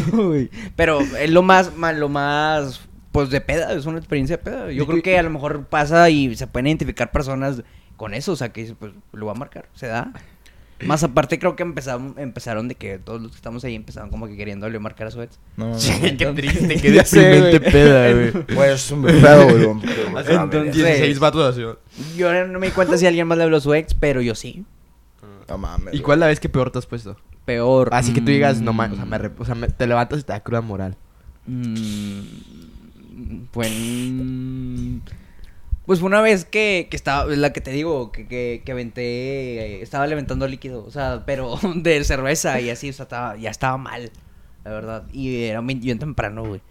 Speaker 2: pero es lo más, ma- lo más. Pues de peda, es una experiencia de peda. Yo
Speaker 1: Y-
Speaker 2: creo que a lo mejor pasa y se pueden identificar personas con eso. O sea, que dices, pues lo va a marcar, se da. Más aparte, creo que empezaron, empezaron de que todos los que estamos ahí empezaron como que queriéndole marcar a su ex.
Speaker 3: Ah.
Speaker 1: No, no,
Speaker 2: Sí.
Speaker 3: Qué triste, qué
Speaker 1: Ya sé,
Speaker 3: deprimente
Speaker 1: güey.
Speaker 3: peda, güey.
Speaker 1: no. Güey, es un pedo, güey.
Speaker 3: Entonces, 16 vatos así. güey.
Speaker 2: Yo no me di cuenta si alguien más le habló a su ex, pero yo sí.
Speaker 1: No mames.
Speaker 3: ¿Y
Speaker 1: güey.
Speaker 3: cuál es la vez que peor te has puesto?
Speaker 2: Peor.
Speaker 3: Así que tú digas, no
Speaker 2: Mm.
Speaker 3: mames, o sea, me arrep- o sea, me- te levantas y te da cruda moral.
Speaker 2: Mm, Pues. mm, Pues fue una vez que, que estaba, es la que te digo, que, que, que aventé, eh, estaba levantando líquido, o sea, pero de cerveza y así, o sea, estaba- ya estaba mal, la verdad. Y era muy- bien temprano, güey.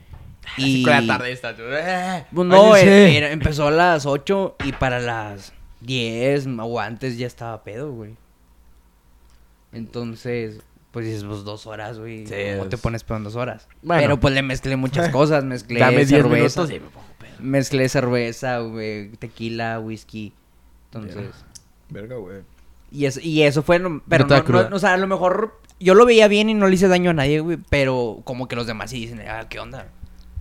Speaker 2: Y.
Speaker 3: Cinco de la tarde está. tú, "Eh,
Speaker 2: Pues no,
Speaker 3: váyanse".
Speaker 2: eh, era- empezó a las 8 y para las 10 o antes ya estaba pedo, güey. Entonces, pues dices, pues dos horas, güey.
Speaker 3: Sí,
Speaker 2: ¿Cómo
Speaker 3: es-
Speaker 2: te pones pedo en dos horas?
Speaker 3: Bueno.
Speaker 2: Pero pues le mezclé muchas cosas, mezclé
Speaker 3: Dame 10
Speaker 2: cerveza.
Speaker 3: minutos y me pongo pedo.
Speaker 2: Mezclé cerveza, güey, tequila, whisky. Entonces.
Speaker 1: Verga, güey.
Speaker 2: Y eso, y eso fue. lo- Pero
Speaker 3: No te da
Speaker 2: no-
Speaker 3: cruda.
Speaker 2: no- o sea, a lo mejor yo lo veía bien y no le hice daño a nadie, güey. Pero como que los demás sí dicen, ah, ¿qué onda?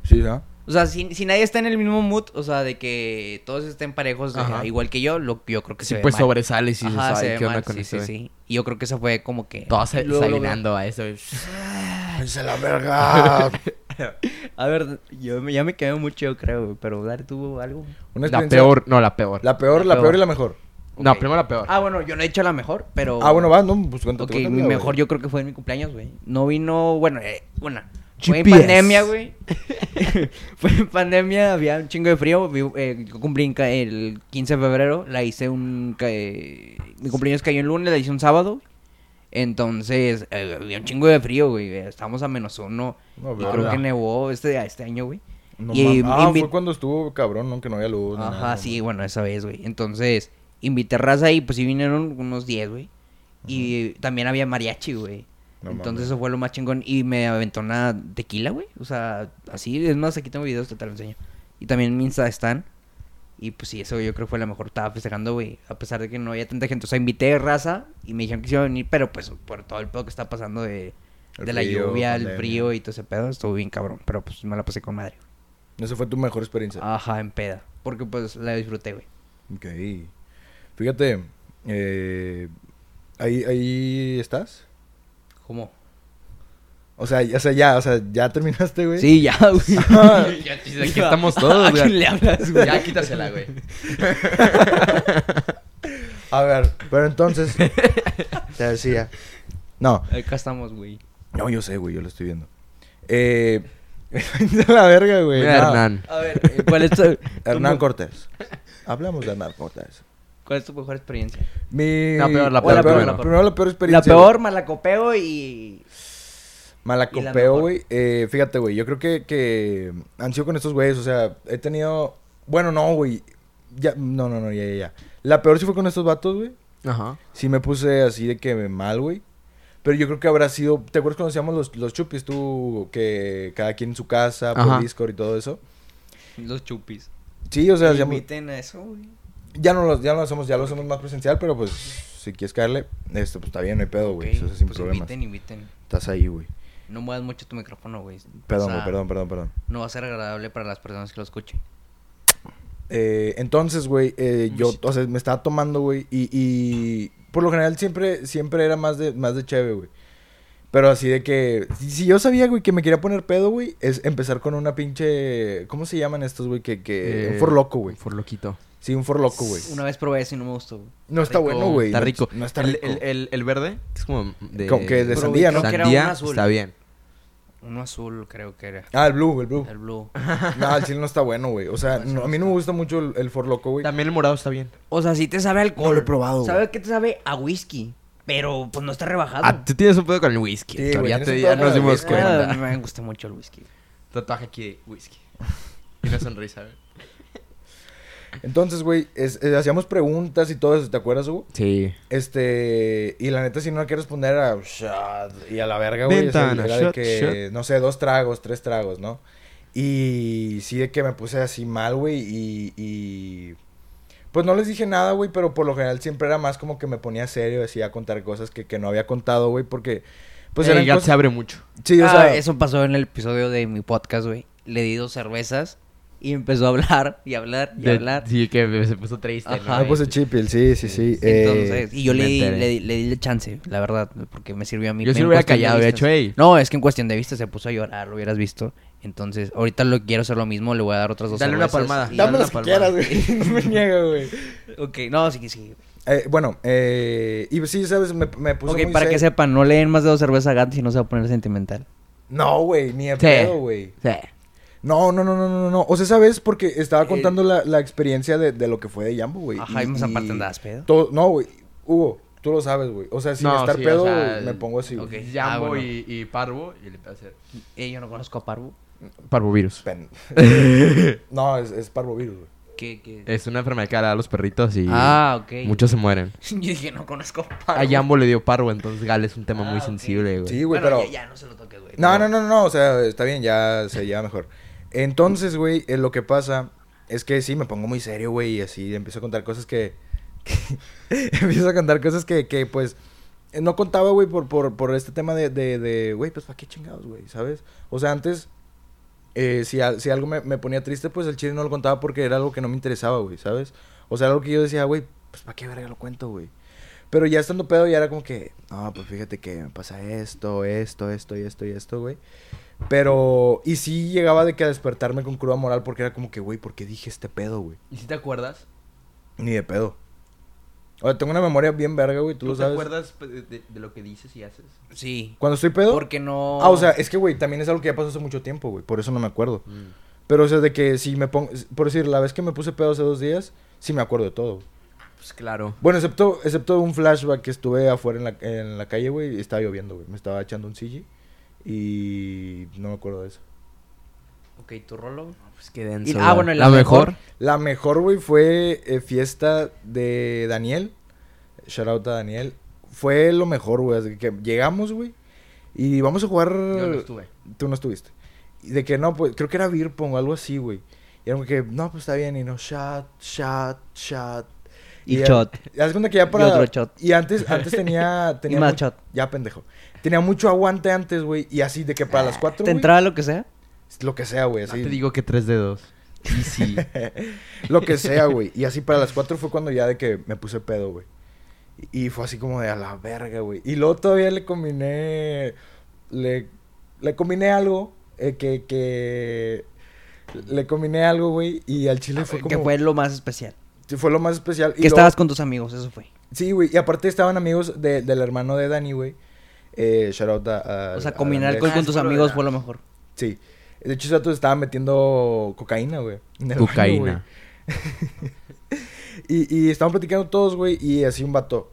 Speaker 1: Sí, ¿ah? ¿verdad?
Speaker 2: O sea, si, si nadie está en el mismo mood, o sea, de que todos estén parejos, eh,
Speaker 3: Ajá.
Speaker 2: igual que yo, lo, yo creo que
Speaker 3: Sí,
Speaker 2: se ve
Speaker 3: pues
Speaker 2: mal.
Speaker 3: sobresales y dices,
Speaker 2: Ajá,
Speaker 3: "Ay,
Speaker 2: se ve
Speaker 3: ¿qué onda
Speaker 2: mal,
Speaker 3: con
Speaker 2: sí,
Speaker 3: esto,
Speaker 2: sí,
Speaker 3: güey?"
Speaker 2: sí. Y yo creo que eso fue como que...
Speaker 3: Todos se-
Speaker 2: Luego, luego.
Speaker 3: desayunando a eso. güey.
Speaker 1: Váyanse a la verga.
Speaker 2: A ver, yo me- ya me quedé mucho, yo creo, güey, pero dale tú algo.
Speaker 1: Una
Speaker 3: La
Speaker 1: experiencia-
Speaker 3: peor, no, la peor.
Speaker 1: La peor, la
Speaker 2: La
Speaker 1: peor
Speaker 2: peor.
Speaker 1: y la mejor.
Speaker 3: No,
Speaker 2: Ok.
Speaker 3: primero la peor.
Speaker 2: Ah, bueno, yo no he hecho la mejor, pero...
Speaker 1: Ah, bueno, va, no, pues cuéntate.
Speaker 2: Ok,
Speaker 1: cuéntate,
Speaker 2: mi
Speaker 1: güey.
Speaker 2: mejor yo creo que fue en mi cumpleaños, güey. No vino, bueno, eh, una. Fue en
Speaker 3: GPS.
Speaker 2: pandemia, güey. fue en pandemia, había un chingo de frío. vi- eh, yo cumplí en ca- el 15 de febrero, la hice un... ca- eh, mi cumpleaños cayó el lunes, la hice un sábado. Entonces, eh, había un chingo de frío, güey. Estábamos a menos uno.
Speaker 1: No,
Speaker 2: y
Speaker 1: verga.
Speaker 2: creo que nevó este, este año, güey.
Speaker 1: No
Speaker 2: y
Speaker 1: mames. Ah,
Speaker 2: invi-
Speaker 1: fue cuando estuvo cabrón, ¿no? Que no había luz. ni
Speaker 2: Ajá,
Speaker 1: nada,
Speaker 2: sí, bueno, esa vez, güey. Entonces, invité raza y pues sí vinieron unos 10, güey. Y también había mariachi, güey.
Speaker 1: No mames.
Speaker 2: Entonces eso fue lo más chingón. Y me aventó una tequila, güey. O sea, así. Es más, aquí tengo videos que te lo enseño. Y también en mi Insta están. Y pues sí, eso yo creo que fue la mejor. Estaba festejando, güey. A pesar de que no había tanta gente. O sea, invité raza y me dijeron que se iba a venir. Pero pues por todo el pedo que está pasando de,
Speaker 1: El
Speaker 2: de la
Speaker 1: frío,
Speaker 2: lluvia,
Speaker 1: pandemia.
Speaker 2: el frío y todo ese pedo. Estuvo bien cabrón. Pero pues me la pasé con madre.
Speaker 1: Esa fue tu mejor experiencia.
Speaker 2: Ajá, en peda. Porque pues la disfruté, güey.
Speaker 1: Ok. Fíjate, eh, ¿ahí, ahí estás.
Speaker 2: ¿Cómo?
Speaker 1: O sea, ya- o sea, ya, o sea, ya terminaste, güey.
Speaker 2: Sí, ya, güey.
Speaker 3: Ya, aquí estamos todos,
Speaker 2: ¿A
Speaker 3: güey.
Speaker 2: quién le hablas, güey?
Speaker 3: Ya, quítasela, güey.
Speaker 1: A ver, pero entonces. te decía. No,
Speaker 2: Acá estamos, güey.
Speaker 1: no, yo sé, güey, yo lo estoy viendo. Eh. la verga, güey.
Speaker 3: Mira,
Speaker 1: no.
Speaker 3: Hernán.
Speaker 2: A ver, eh, ¿cuál es tu,
Speaker 1: Hernán
Speaker 2: tu-
Speaker 1: Cortés. Hablamos de Hernán Cortés.
Speaker 2: ¿Cuál es tu mejor experiencia?
Speaker 1: Mi...
Speaker 3: La peor, la
Speaker 1: o
Speaker 2: peor,
Speaker 1: peor,
Speaker 2: la peor.
Speaker 1: Primero la peor
Speaker 2: La
Speaker 1: experiencia. güey.
Speaker 2: peor, malacopeo y... Y la
Speaker 1: Malacopeo,
Speaker 2: mejor.
Speaker 1: güey. Eh, fíjate, güey. Yo creo que, que han sido con estos güeyes. O sea, he tenido. Bueno, no, güey. Ya, no, no, no, ya, ya, ya. La peor sí fue con estos vatos, güey.
Speaker 3: Ajá.
Speaker 1: Sí me puse así de que mal, güey. Pero yo creo que habrá sido. ¿Te acuerdas cuando hacíamos los, los chupis tú? Que cada quien en su casa, por
Speaker 3: Ajá.
Speaker 1: Discord y todo eso.
Speaker 2: Los chupis.
Speaker 1: Sí, o sea, hacíamos-
Speaker 2: Inviten a eso, güey.
Speaker 1: ya no los, ya no lo hacemos, ya lo hacemos más presencial, pero pues si quieres caerle, esto, pues está bien, no hay pedo, güey.
Speaker 2: Ok,
Speaker 1: Eso es sin
Speaker 2: pues
Speaker 1: problemas.
Speaker 2: inviten, inviten.
Speaker 1: Estás ahí, güey.
Speaker 2: No muevas mucho tu micrófono, güey. O
Speaker 1: Perdón,
Speaker 2: sea,
Speaker 1: güey, perdón, perdón, perdón.
Speaker 2: No va a ser agradable para las personas que lo escuchen.
Speaker 1: Eh, entonces, güey, eh,
Speaker 3: Un
Speaker 1: yo,
Speaker 3: besito.
Speaker 1: o sea, me estaba tomando, güey, y, y por lo general siempre, siempre era más de, más de chévere, güey. Pero así de que, si, si yo sabía, güey, que me quería poner pedo, güey, es empezar con una pinche, ¿cómo se llaman estos, güey? Que, que, un forloco, güey.
Speaker 3: Eh, Forloquito.
Speaker 1: Sí, un forloco, güey.
Speaker 2: Una vez probé eso y no me gustó, güey.
Speaker 1: No está bueno, güey.
Speaker 3: Oh, Está
Speaker 1: No-
Speaker 3: rico.
Speaker 1: No, está
Speaker 3: El-
Speaker 1: rico.
Speaker 3: El, el, el verde es como de...
Speaker 1: Como que de
Speaker 2: Pero,
Speaker 1: sandía,
Speaker 2: güey,
Speaker 1: ¿no?
Speaker 2: creo que era
Speaker 3: Sandía,
Speaker 2: un azul.
Speaker 3: está bien.
Speaker 2: Uno azul, creo que era.
Speaker 1: Ah, el blue, el blue.
Speaker 2: El blue.
Speaker 1: No, el chile no está bueno, güey. O sea,
Speaker 2: No, ese
Speaker 1: no-
Speaker 2: no
Speaker 1: a mí no me gusta mucho el, el forloco, güey.
Speaker 3: También el morado está bien.
Speaker 2: O sea, sí te sabe a alcohol.
Speaker 1: No lo he probado,
Speaker 2: ¿Sabe
Speaker 1: güey.
Speaker 2: qué te sabe? A whisky. Pero, pues, no está rebajado.
Speaker 3: Ah, tú tienes un pedo con el whisky.
Speaker 1: Sí,
Speaker 3: Héctor,
Speaker 1: güey,
Speaker 3: ya
Speaker 1: tienes
Speaker 3: te,
Speaker 1: un
Speaker 3: ya
Speaker 1: pedo con
Speaker 3: nos
Speaker 1: el
Speaker 3: dimos
Speaker 1: whisky.
Speaker 2: Ah,
Speaker 3: cuenta.
Speaker 2: me gusta mucho el whisky.
Speaker 3: Tatuaje aquí de whisky. Y una sonrisa, güey.
Speaker 1: Entonces, güey, es- eh, hacíamos preguntas y todo eso, ¿te acuerdas, Hugo?
Speaker 3: Sí.
Speaker 1: Este, y la neta, si no la quieres responder a shot y a la verga, güey. o sea,
Speaker 3: Ventana,
Speaker 1: era de
Speaker 3: shot,
Speaker 1: que, no sé, dos tragos, tres tragos, ¿no? Y sí, de que me puse así mal, güey, y, y. Pues no les dije nada, güey, pero por lo general siempre era más como que me ponía serio, así a contar cosas que, que no había contado, güey, porque. Pues
Speaker 3: Pues el
Speaker 1: eran
Speaker 3: gat
Speaker 1: cosas-
Speaker 3: se abre mucho.
Speaker 1: Sí, o
Speaker 2: Ah,
Speaker 1: sea.
Speaker 2: eso pasó en el episodio de mi podcast, güey. Le di dos cervezas y empezó a hablar y hablar y
Speaker 3: De-
Speaker 2: hablar.
Speaker 3: Sí, que se puso triste. ¿no?
Speaker 2: Ajá.
Speaker 1: Me puse chipil, sí, sí, sí. eh,
Speaker 2: Entonces, y yo le, di-
Speaker 3: me enteré.
Speaker 2: le, di- le di chance, la verdad, porque me sirvió a mí.
Speaker 3: Yo sí
Speaker 2: en
Speaker 3: lo hubiera
Speaker 2: cuestión de
Speaker 3: callado, hubiera
Speaker 2: vistas.
Speaker 3: hecho, "Ey".
Speaker 2: No, es que en cuestión de vista se puso a llorar, lo hubieras visto. Entonces, ahorita lo quiero hacer lo mismo, le voy a dar otras dos
Speaker 3: Dale una
Speaker 2: cervezas
Speaker 3: palmada.
Speaker 2: y-
Speaker 1: Dame
Speaker 3: Dale
Speaker 1: las
Speaker 3: una
Speaker 1: que quieras,
Speaker 3: palmada.
Speaker 1: güey. No me niego, güey.
Speaker 2: Ok, no, sí, sí.
Speaker 1: Eh, bueno, eh, y sí, ¿sabes? Me, me puse
Speaker 2: ok,
Speaker 1: muy
Speaker 2: para que
Speaker 1: serio.
Speaker 2: sepan, no leen más de dos cervezas a Gant si no se va a poner sentimental.
Speaker 1: No, güey, ni de
Speaker 3: Sí.
Speaker 1: pedo, güey.
Speaker 3: Sí.
Speaker 1: No, no, no, no, no, no. O sea, ¿sabes? Porque estaba
Speaker 2: Eh,
Speaker 1: contando la, la experiencia de, de lo que fue de Jambo, güey.
Speaker 2: Ajá, y más aparte andabas pedo.
Speaker 1: todo- no, güey. Hugo, tú lo sabes, güey. O sea, sin
Speaker 3: No,
Speaker 1: estar
Speaker 3: sí, o
Speaker 1: pedo,
Speaker 3: sea,
Speaker 1: me pongo así, güey.
Speaker 2: ok.
Speaker 3: Jambo
Speaker 2: Ah, bueno.
Speaker 3: y, y Parvo y le empieza a hacer.
Speaker 2: Eh, yo no conozco a Parvo.
Speaker 3: Parvovirus.
Speaker 1: Pen- no, es, es parvovirus, güey.
Speaker 2: ¿Qué, qué?
Speaker 3: Es una enfermedad que le da a los perritos y
Speaker 2: Ah, ok.
Speaker 3: muchos se mueren.
Speaker 2: Yo dije, no conozco a Parvo.
Speaker 3: A Jambo le dio Parvo, entonces Gal es un tema
Speaker 2: Ah,
Speaker 3: muy
Speaker 2: ok.
Speaker 3: sensible, güey.
Speaker 1: Sí, güey, pero...
Speaker 2: Ya, ya, no se lo toques, güey.
Speaker 1: No, no, no, no, no, o sea, está bien, ya se lleva mejor. Entonces, güey, eh, lo que pasa es que sí, me pongo muy serio, güey, y así empiezo a contar cosas que... que- empiezo a contar cosas que, que pues, eh, no contaba, güey, por, por, por este tema de, de, de, güey, pues, ¿para qué chingados, güey? ¿Sabes? O sea, antes, eh, si, al- si algo me, me ponía triste, pues el chile no lo contaba porque era algo que no me interesaba, güey, ¿sabes? O sea, algo que yo decía, güey, pues, ¿para qué verga lo cuento, güey? Pero ya estando pedo, ya era como que, no, pues fíjate que me pasa esto, esto, esto y esto y esto, güey. Pero, y sí llegaba de que a despertarme con cruda moral porque era como que, güey, ¿por qué dije este pedo, güey?
Speaker 3: ¿Y si te acuerdas?
Speaker 1: Ni de pedo. O sea, tengo una memoria bien verga, güey, tú lo
Speaker 3: te
Speaker 1: sabes.
Speaker 3: acuerdas pues, de, de lo que dices y haces?
Speaker 2: Sí.
Speaker 1: Cuando estoy pedo.
Speaker 2: Porque no.
Speaker 1: Ah, o sea, es que, güey, también es algo que ya pasó hace mucho tiempo, güey. Por eso no me acuerdo. Pero, o sea, de que si me pongo. Por decir, la vez que me puse pedo hace dos días, sí me acuerdo de todo. güey.
Speaker 3: Pues claro.
Speaker 1: Bueno, excepto, excepto un flashback que estuve afuera en la, en la calle, güey, y estaba lloviendo, güey. Me estaba echando un CG y no me acuerdo de eso.
Speaker 2: Ok, tu rolo.
Speaker 3: Pues qué
Speaker 2: Y-
Speaker 3: denso.
Speaker 2: ah,
Speaker 3: güey.
Speaker 2: bueno, y
Speaker 3: la mejor.
Speaker 1: La mejor, güey, fue eh, fiesta de Daniel. Shout out a Daniel. Fue lo mejor, güey. así que llegamos, güey, y vamos a jugar.
Speaker 3: Yo no estuve.
Speaker 1: Tú no estuviste. Y de que no, pues creo que era Virpong o algo así, güey. Y era como que, no, pues está bien. Y no, shot, shot, shot.
Speaker 2: Y
Speaker 1: ya-
Speaker 2: shot.
Speaker 1: y haz cuenta que ya para.
Speaker 2: otro shot.
Speaker 1: Y antes, antes tenía. tenía
Speaker 2: más
Speaker 1: mu-
Speaker 2: shot.
Speaker 1: Ya, pendejo. Tenía mucho aguante antes, güey. Y así, de que para las cuatro.
Speaker 2: Ah, ¿Te
Speaker 1: güey,
Speaker 2: entraba lo que sea?
Speaker 1: Lo Ah, que sea, güey.
Speaker 3: No
Speaker 1: Así.
Speaker 3: te digo que tres dedos. Y sí.
Speaker 1: Lo que sea, güey. Y así para las cuatro fue cuando ya de que me puse pedo, güey. Y y fue así como de a la verga, güey. Y luego todavía le combiné. Le, le combiné algo eh, que, que. Le combiné algo, güey. Y al chile fue como.
Speaker 2: Que Ah, fue lo más especial.
Speaker 1: sí, fue lo más especial.
Speaker 2: Que
Speaker 1: y luego-
Speaker 2: estabas con tus amigos, eso fue.
Speaker 1: Sí, güey. Y aparte estaban amigos de- del hermano de Dani, güey. Eh, shout out a. a-
Speaker 2: O sea,
Speaker 1: a
Speaker 2: combinar
Speaker 1: Andrés.
Speaker 2: alcohol
Speaker 3: Ah,
Speaker 2: con
Speaker 3: eso
Speaker 2: tus
Speaker 3: fue lo de
Speaker 2: amigos
Speaker 3: la-
Speaker 2: fue lo mejor.
Speaker 1: Sí. De hecho, ese vato estaba metiendo cocaína, güey. en el baño, güey.
Speaker 3: Cocaína.
Speaker 1: Y, y estaban platicando todos, güey, y así un vato.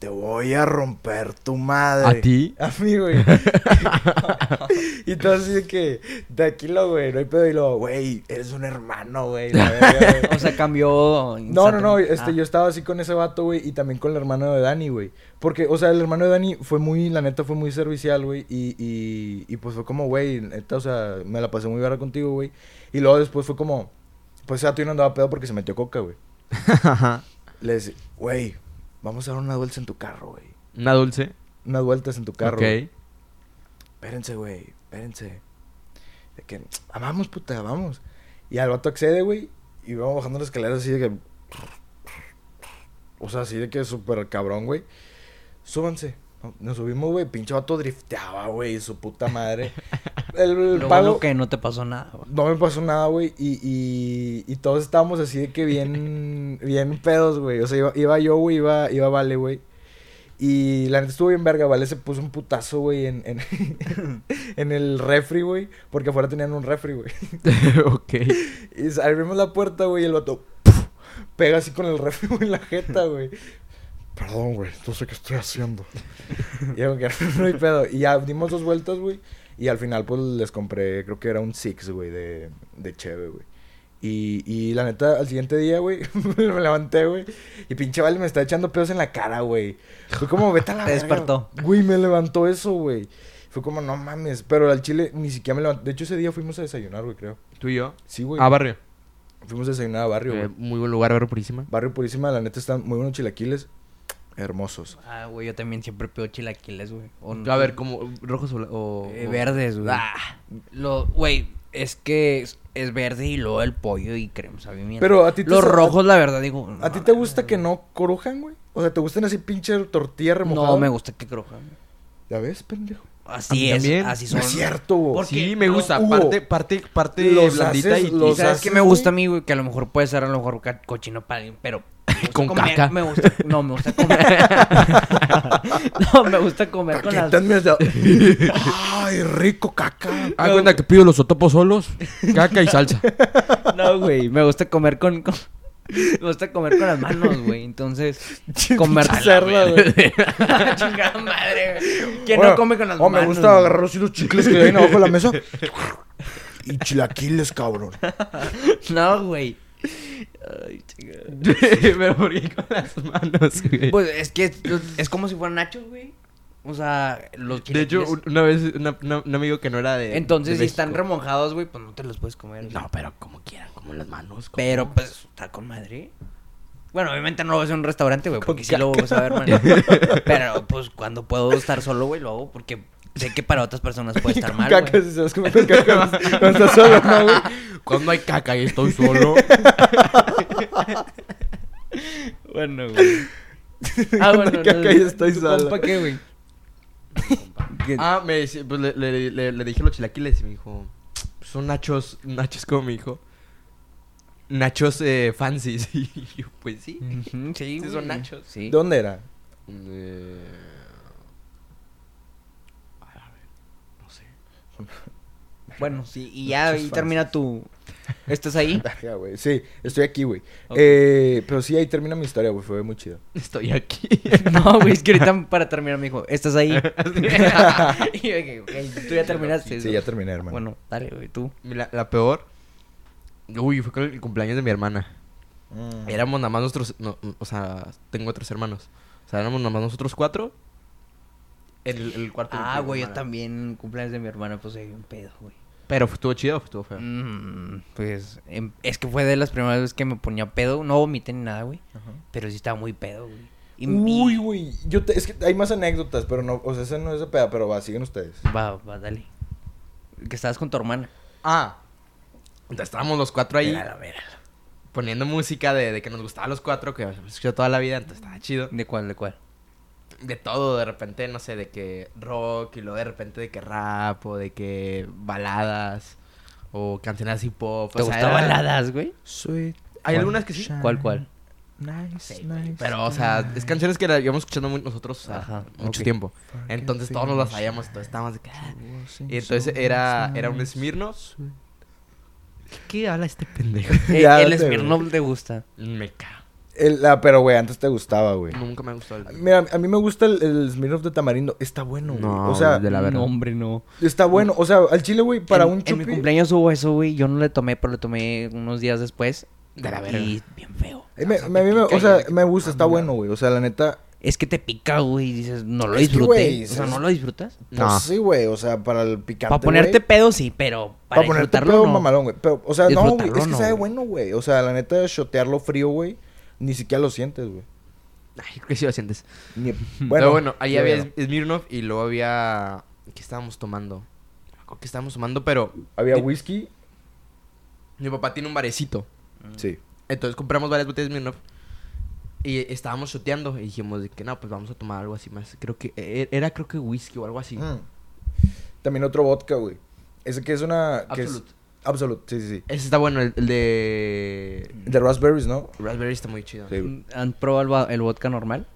Speaker 1: Te voy a romper tu madre.
Speaker 3: ¿A ti?
Speaker 1: A mí, güey. y todo así de que, tranquilo, güey, no hay pedo. Y luego, güey, eres un hermano, güey. la verga, güey.
Speaker 2: O sea, cambió.
Speaker 1: No, no, no,
Speaker 2: instantáneamente.
Speaker 1: este,
Speaker 2: Ah.
Speaker 1: yo estaba así con ese vato, güey, y también con el hermano de Dani, güey. Porque, o sea, el hermano de Dani fue muy, la neta, fue muy servicial, güey, y, y, y pues fue como, güey, neta, o sea, me la pasé muy barra contigo, güey. Y luego después fue como, pues ese vato ya no andaba pedo porque se metió coca, güey. Le decía, güey, vamos a dar una vuelta en tu carro, güey.
Speaker 3: Una dulce.
Speaker 1: Unas vueltas en tu carro.
Speaker 3: ok.
Speaker 1: güey. Espérense, güey, espérense. De que, "Ah, vamos, puta, vamos. Y al vato accede, güey, y vamos bajando las escaleras así de que... O sea, así de que súper cabrón, güey. Súbanse. Nos subimos, güey. Pinche vato drifteaba, güey. Su puta madre. El, el palo-
Speaker 2: Lo bueno que no te pasó nada. güey.
Speaker 1: no me pasó nada, güey. Y, y, y todos estábamos así de que bien, bien pedos, güey. O sea, iba, iba yo, güey, iba, iba Vale, güey. Y la neta estuvo bien verga, Vale se puso un putazo, güey, en, en, en el refri, güey. Porque afuera tenían un refri, güey.
Speaker 3: ok.
Speaker 1: Y s- abrimos la puerta, güey, y el vato ¡puf! pega así con el refri güey, en la jeta, güey. Perdón, güey, no sé qué estoy haciendo. y yo, que no hay pedo. Y ya dimos dos vueltas, güey. Y al final, pues, les compré, creo que era un Six, güey, de, de Cheve, güey. Y, y la neta, al siguiente día, güey, me levanté, güey. Y pinche Vale me está echando pedos en la cara, güey. Fue como, vete a la
Speaker 2: Te
Speaker 1: verga".
Speaker 2: despertó.
Speaker 1: Güey, me levantó eso, güey. Fue como, no mames. Pero al chile ni siquiera me levanté. De hecho, ese día fuimos a desayunar, güey, creo.
Speaker 3: Tú y yo.
Speaker 1: Sí, güey.
Speaker 3: Ah, barrio.
Speaker 1: Fuimos a desayunar a barrio,
Speaker 3: Eh,
Speaker 1: güey.
Speaker 3: muy buen lugar, barrio purísima.
Speaker 1: Barrio Purísima, la neta, están muy buenos chilaquiles. Hermosos.
Speaker 2: Ah, güey, yo también siempre pido chilaquiles, güey. O no-
Speaker 3: A ver, como rojos o, o-
Speaker 2: Eh,
Speaker 3: o-
Speaker 2: verdes, güey.
Speaker 3: Ah.
Speaker 2: Lo, güey, es que es, es verde y luego el pollo y crema, sabe bien.
Speaker 1: Pero a ti te
Speaker 2: Los
Speaker 1: sa-
Speaker 2: rojos, la verdad, digo. no,
Speaker 1: ¿A ti te gusta que no corujan, güey? O sea, ¿te gustan así pinche tortilla remojada?
Speaker 2: No, me gusta que crojan.
Speaker 1: ¿Ya ves, pendejo?
Speaker 3: A
Speaker 2: Así
Speaker 3: mí
Speaker 2: es,
Speaker 3: también.
Speaker 2: así
Speaker 1: No
Speaker 2: son.
Speaker 1: es cierto, güey.
Speaker 2: Porque
Speaker 3: Sí, me
Speaker 2: los-
Speaker 3: gusta.
Speaker 1: Hugo,
Speaker 3: parte, parte, parte
Speaker 1: los
Speaker 3: blandita
Speaker 1: haces-
Speaker 3: y,
Speaker 2: Y
Speaker 1: los
Speaker 2: sabes que me
Speaker 1: haces,
Speaker 2: gusta a
Speaker 1: güey.
Speaker 2: mí, güey, que a lo mejor puede ser a lo mejor ca- cochino para alguien, pero. me gusta
Speaker 3: Con
Speaker 2: comer-
Speaker 3: caca.
Speaker 2: Me gusta, no, me gusta comer. no, me gusta comer con las.
Speaker 1: Caquetas me has dado. Ay, rico caca.
Speaker 3: Ah, cuenta que pido los sotopos solos, caca y salsa.
Speaker 2: No, güey, me gusta comer con, con- Me gusta comer con las manos, güey. Entonces, comer
Speaker 1: cerda, güey.
Speaker 2: Chingada madre, güey. ¿Quién
Speaker 1: Bueno,
Speaker 2: no come con las
Speaker 1: o
Speaker 2: manos?
Speaker 1: oh, me gusta
Speaker 2: güey?
Speaker 1: agarrar así los chicles que hay abajo de la mesa. Y chilaquiles, cabrón.
Speaker 2: No, güey. Ay, chingada.
Speaker 3: Pero ¿por qué con las manos,
Speaker 1: Eh.
Speaker 3: güey?
Speaker 2: Pues es que es, es como si fueran nachos, güey. O sea, los
Speaker 3: De hecho,
Speaker 2: chilaquiles-
Speaker 3: un- una vez una- una- un amigo que no era de.
Speaker 2: Entonces,
Speaker 3: de
Speaker 2: si están
Speaker 3: México.
Speaker 2: remojados, güey, pues no te los puedes comer.
Speaker 3: No, pero como quieran, como las manos. como-
Speaker 2: Pero pues está con madre. Bueno, obviamente no lo ves en un restaurante, güey, porque
Speaker 1: Con
Speaker 2: sí lo
Speaker 1: caca.
Speaker 2: vas a ver, mano. Pero pues cuando puedo estar solo, güey, lo hago porque sé que para otras personas puede estar
Speaker 1: Con
Speaker 2: Pues mal.
Speaker 1: caca,
Speaker 2: güey.
Speaker 1: si sabes comer con caca. No estás solo, ¿no, güey?
Speaker 3: Cuando hay caca y estoy solo.
Speaker 2: Bueno, güey. Ah,
Speaker 1: Cuando
Speaker 2: bueno,
Speaker 1: hay caca y estoy
Speaker 2: ¿tu
Speaker 1: solo.
Speaker 2: compa qué, güey? ¿Qué?
Speaker 3: ah, me dice- pues le, le- le- le dije los chilaquiles y me dijo: "Pues, Son nachos, nachos como me dijo. Nachos eh, fancy. Y yo, pues sí.
Speaker 2: Ujú, sí,
Speaker 3: Sí, son
Speaker 2: güey.
Speaker 3: nachos.
Speaker 2: Sí.
Speaker 1: ¿Dónde era?
Speaker 3: Eh, A ver, no sé.
Speaker 2: Bueno, sí, y ya
Speaker 1: Nachos
Speaker 2: ahí termina tu ¿Estás ahí?
Speaker 1: Verga, güey. Sí, estoy aquí, güey.
Speaker 2: Ok.
Speaker 1: Eh, pero sí, ahí termina mi historia, güey. Fue muy chido.
Speaker 3: Estoy aquí.
Speaker 2: No, güey, es que ahorita para terminar me dijo, ¿estás ahí? y yo dije, ok, tú ya terminaste.
Speaker 1: Sí, ya terminé, hermano.
Speaker 2: Bueno, dale, güey, tú.
Speaker 3: La, la peor. Uy, fue con el cumpleaños de mi hermana.
Speaker 1: Mm.
Speaker 3: Éramos nada más nuestros. no, mm, o sea, tengo otros hermanos. O sea, éramos nada más nosotros cuatro. En el, el cuarto. de mi
Speaker 2: Ah,
Speaker 3: prima
Speaker 2: güey, yo
Speaker 3: hermana.
Speaker 2: también, cumpleaños de mi hermana, pues hay un pedo, güey.
Speaker 3: Pero estuvo chido o estuvo feo.
Speaker 2: Mm, pues em- es que fue de las primeras veces que me ponía pedo, no vomité ni nada, güey,
Speaker 1: Ajá.
Speaker 2: pero sí estaba muy pedo, güey. Y
Speaker 1: Uy,
Speaker 2: mi-
Speaker 1: güey. Yo te- es que hay más anécdotas, pero no, o sea, esa no es de peda, pero va, siguen ustedes.
Speaker 2: Va, va, dale. Que estabas con tu hermana.
Speaker 3: Ah. Entonces estábamos los cuatro ahí
Speaker 2: Míralo, míralo.
Speaker 3: poniendo música de, de que nos gustaba a los cuatro, que hemos escuchado toda la vida, entonces estaba chido.
Speaker 2: ¿De cuál, de cuál?
Speaker 3: de todo, de repente, no sé, de que rock y luego de repente de que rap o de que baladas o canciones así pop.
Speaker 2: ¿Te
Speaker 3: o sea,
Speaker 2: gustaban
Speaker 3: era-
Speaker 2: baladas, güey?
Speaker 1: Sweet.
Speaker 3: Hay algunas que sí.
Speaker 2: ¿Cuál, cuál?
Speaker 1: Nice,
Speaker 3: Sí, güey, Pero, o sea, es canciones que la íbamos escuchando muy- nosotros o sea,
Speaker 2: Ajá,
Speaker 3: mucho
Speaker 2: ok.
Speaker 3: tiempo. Entonces todos nos las sabíamos, entonces estábamos de que... ah. Y entonces era, era un Smirnoff. ¿Qué habla este pendejo?
Speaker 2: Eh,
Speaker 1: Ya,
Speaker 2: el
Speaker 1: date, güey.
Speaker 2: Smirnoff te gusta.
Speaker 3: Me cago.
Speaker 1: El- la- pero, güey, antes te gustaba, güey.
Speaker 3: Nunca me ha gustado el...
Speaker 1: Mira, a mí me gusta el, el Smirnoff de tamarindo. Está bueno, güey.
Speaker 3: No,
Speaker 1: o sea,
Speaker 3: de la verga.
Speaker 2: No, hombre, no.
Speaker 1: está bueno. O sea, al chile, güey, para
Speaker 2: En-
Speaker 1: un
Speaker 2: En mi
Speaker 1: chupi-
Speaker 2: cumpleaños hubo eso, güey. Yo no le tomé, pero le tomé unos días después.
Speaker 3: De la verga.
Speaker 2: Y bien feo.
Speaker 1: Ay, eh, me-
Speaker 3: o sea,
Speaker 1: me- a mí
Speaker 3: te
Speaker 1: me-
Speaker 3: pica
Speaker 1: o
Speaker 3: y
Speaker 1: sea,
Speaker 3: de que-
Speaker 1: me gusta, está
Speaker 3: Ah,
Speaker 1: bueno, güey. O sea, la neta,
Speaker 2: Es que te pica, güey. y Dices, no lo
Speaker 1: Es que,
Speaker 2: disfruté.
Speaker 1: güey,
Speaker 2: o sea,
Speaker 1: es-
Speaker 2: no lo disfrutas.
Speaker 1: no.
Speaker 3: No.
Speaker 1: pues sí, güey. O sea, para el picante,
Speaker 2: Para ponerte
Speaker 1: güey,
Speaker 2: pedo, sí, pero para,
Speaker 1: para ponerte
Speaker 2: disfrutarlo,
Speaker 1: pedo,
Speaker 2: no.
Speaker 1: mamalón, güey. Pero, o sea, no, güey,
Speaker 2: Disfrutarlo,
Speaker 1: es que
Speaker 2: no,
Speaker 1: sabe
Speaker 2: güey.
Speaker 1: bueno, güey. O sea, la neta, shotearlo frío, güey, ni siquiera lo sientes, güey.
Speaker 3: Ay, que sí lo sientes.
Speaker 1: Ni-
Speaker 3: Bueno, bueno ahí
Speaker 1: sí,
Speaker 3: había
Speaker 1: bueno.
Speaker 3: Smirnoff y luego había. ¿Qué estábamos tomando? No me acuerdo ¿Qué estábamos tomando? Pero
Speaker 1: Había
Speaker 3: Mi-
Speaker 1: whisky.
Speaker 3: mi papá tiene un barecito.
Speaker 2: Mm,
Speaker 1: Sí.
Speaker 3: Entonces compramos varias botellas de Smirnoff. Y estábamos shoteando. Y dijimos de que no, pues vamos a tomar algo así más. Creo que. e- Era, creo que whisky o algo así.
Speaker 1: Mm. También otro vodka, güey. Ese que es una. Que es-
Speaker 3: Absolut.
Speaker 1: Absolut, sí, sí, sí.
Speaker 3: Ese está bueno, el, el de.
Speaker 2: Mm.
Speaker 1: De raspberries, ¿no?
Speaker 3: Raspberry está muy chido.
Speaker 1: Sí,
Speaker 3: Eh,
Speaker 1: güey.
Speaker 2: ¿Han probado el, va- el vodka normal?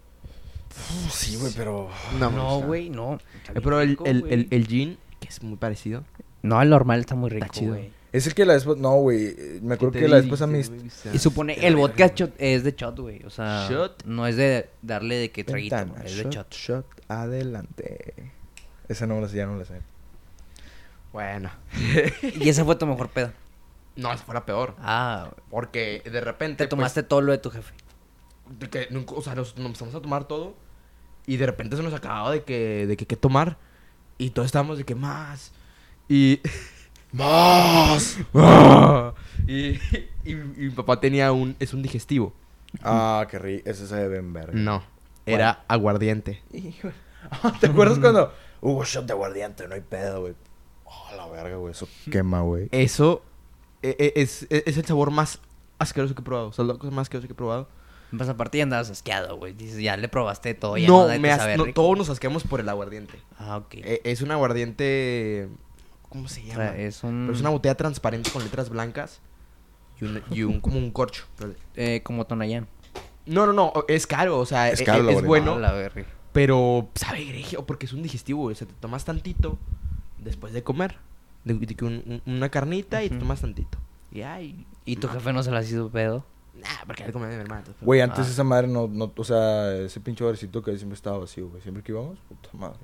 Speaker 1: Sí, güey, pero.
Speaker 3: No, me
Speaker 2: No,
Speaker 3: gusta.
Speaker 2: güey, no.
Speaker 3: Eh, Pero el, el, el, el gin, que es muy parecido.
Speaker 2: No, el normal está muy rico,
Speaker 3: Está chido.
Speaker 2: güey.
Speaker 1: Es el que la después. No, güey. eh, Me acuerdo
Speaker 3: te
Speaker 1: que la
Speaker 3: di-
Speaker 1: después a
Speaker 3: te
Speaker 1: mí.
Speaker 3: di-
Speaker 2: Y supone,
Speaker 3: Te
Speaker 2: el
Speaker 3: la
Speaker 2: vodka
Speaker 3: verga,
Speaker 2: shot- es de shot, güey. O sea,
Speaker 3: ¿Shot?
Speaker 2: no es de darle de que traguito, es de shot.
Speaker 1: shot, adelante. Esa no me la sé, ya no me la sé.
Speaker 3: güey. Bueno.
Speaker 2: Y esa fue tu mejor pedo.
Speaker 3: No, esa fue la peor.
Speaker 2: Ah,
Speaker 3: Porque de repente.
Speaker 2: te
Speaker 3: pues,
Speaker 2: tomaste todo lo de tu jefe.
Speaker 3: de que nunca- o sea, nos, nos empezamos a tomar todo y de repente se nos acababa de que, de que qué tomar y todos estábamos de que más y
Speaker 1: ¡Más!
Speaker 3: y, y- y mi papá tenía un es un digestivo.
Speaker 1: Ah, qué rico. Ese sabe bien verga.
Speaker 3: No, era aguardiente.
Speaker 1: ¿Te acuerdas cuando hubo shot de aguardiente? No hay pedo, güey. Oh, la verga, güey. Eso quema, güey.
Speaker 3: Eso e- e- es, e- es el sabor más asqueroso que he probado, o sea, la cosa más asquerosa que he probado.
Speaker 2: Vas a partir y Pues, andabas asqueado, güey. Dices, ya le probaste todo. Ya
Speaker 3: no,
Speaker 2: nada de
Speaker 3: me
Speaker 2: te
Speaker 3: as-
Speaker 2: sabe
Speaker 3: no,
Speaker 2: rico.
Speaker 3: todos nos asqueamos por el aguardiente.
Speaker 2: Ah, ok.
Speaker 3: E- es un aguardiente ¿cómo se
Speaker 2: O
Speaker 3: llama?
Speaker 2: sea, es un...
Speaker 3: Pero es una botella transparente con letras blancas y un, y un- como un corcho.
Speaker 2: eh, como Tonayán.
Speaker 3: No, no, no, es caro, o sea, e- e-
Speaker 1: Es
Speaker 3: es,
Speaker 1: caro, Lorenzo.
Speaker 3: bueno,
Speaker 2: Ah, la verga.
Speaker 3: pero sabe grigio porque es un digestivo, güey, o sea, te tomas tantito después de comer, de, de que un- un- una carnita y te
Speaker 2: Ujú.
Speaker 3: tomas tantito. Y ay,
Speaker 2: ¿Y tu jefe no se la hizo pedo?
Speaker 3: nah, porque era comida de mi hermana. entonces,
Speaker 1: Güey, antes
Speaker 2: Ah.
Speaker 1: esa madre no, no, o sea, ese pinche barcito que siempre estaba vacío, güey. Siempre que íbamos, puta madre.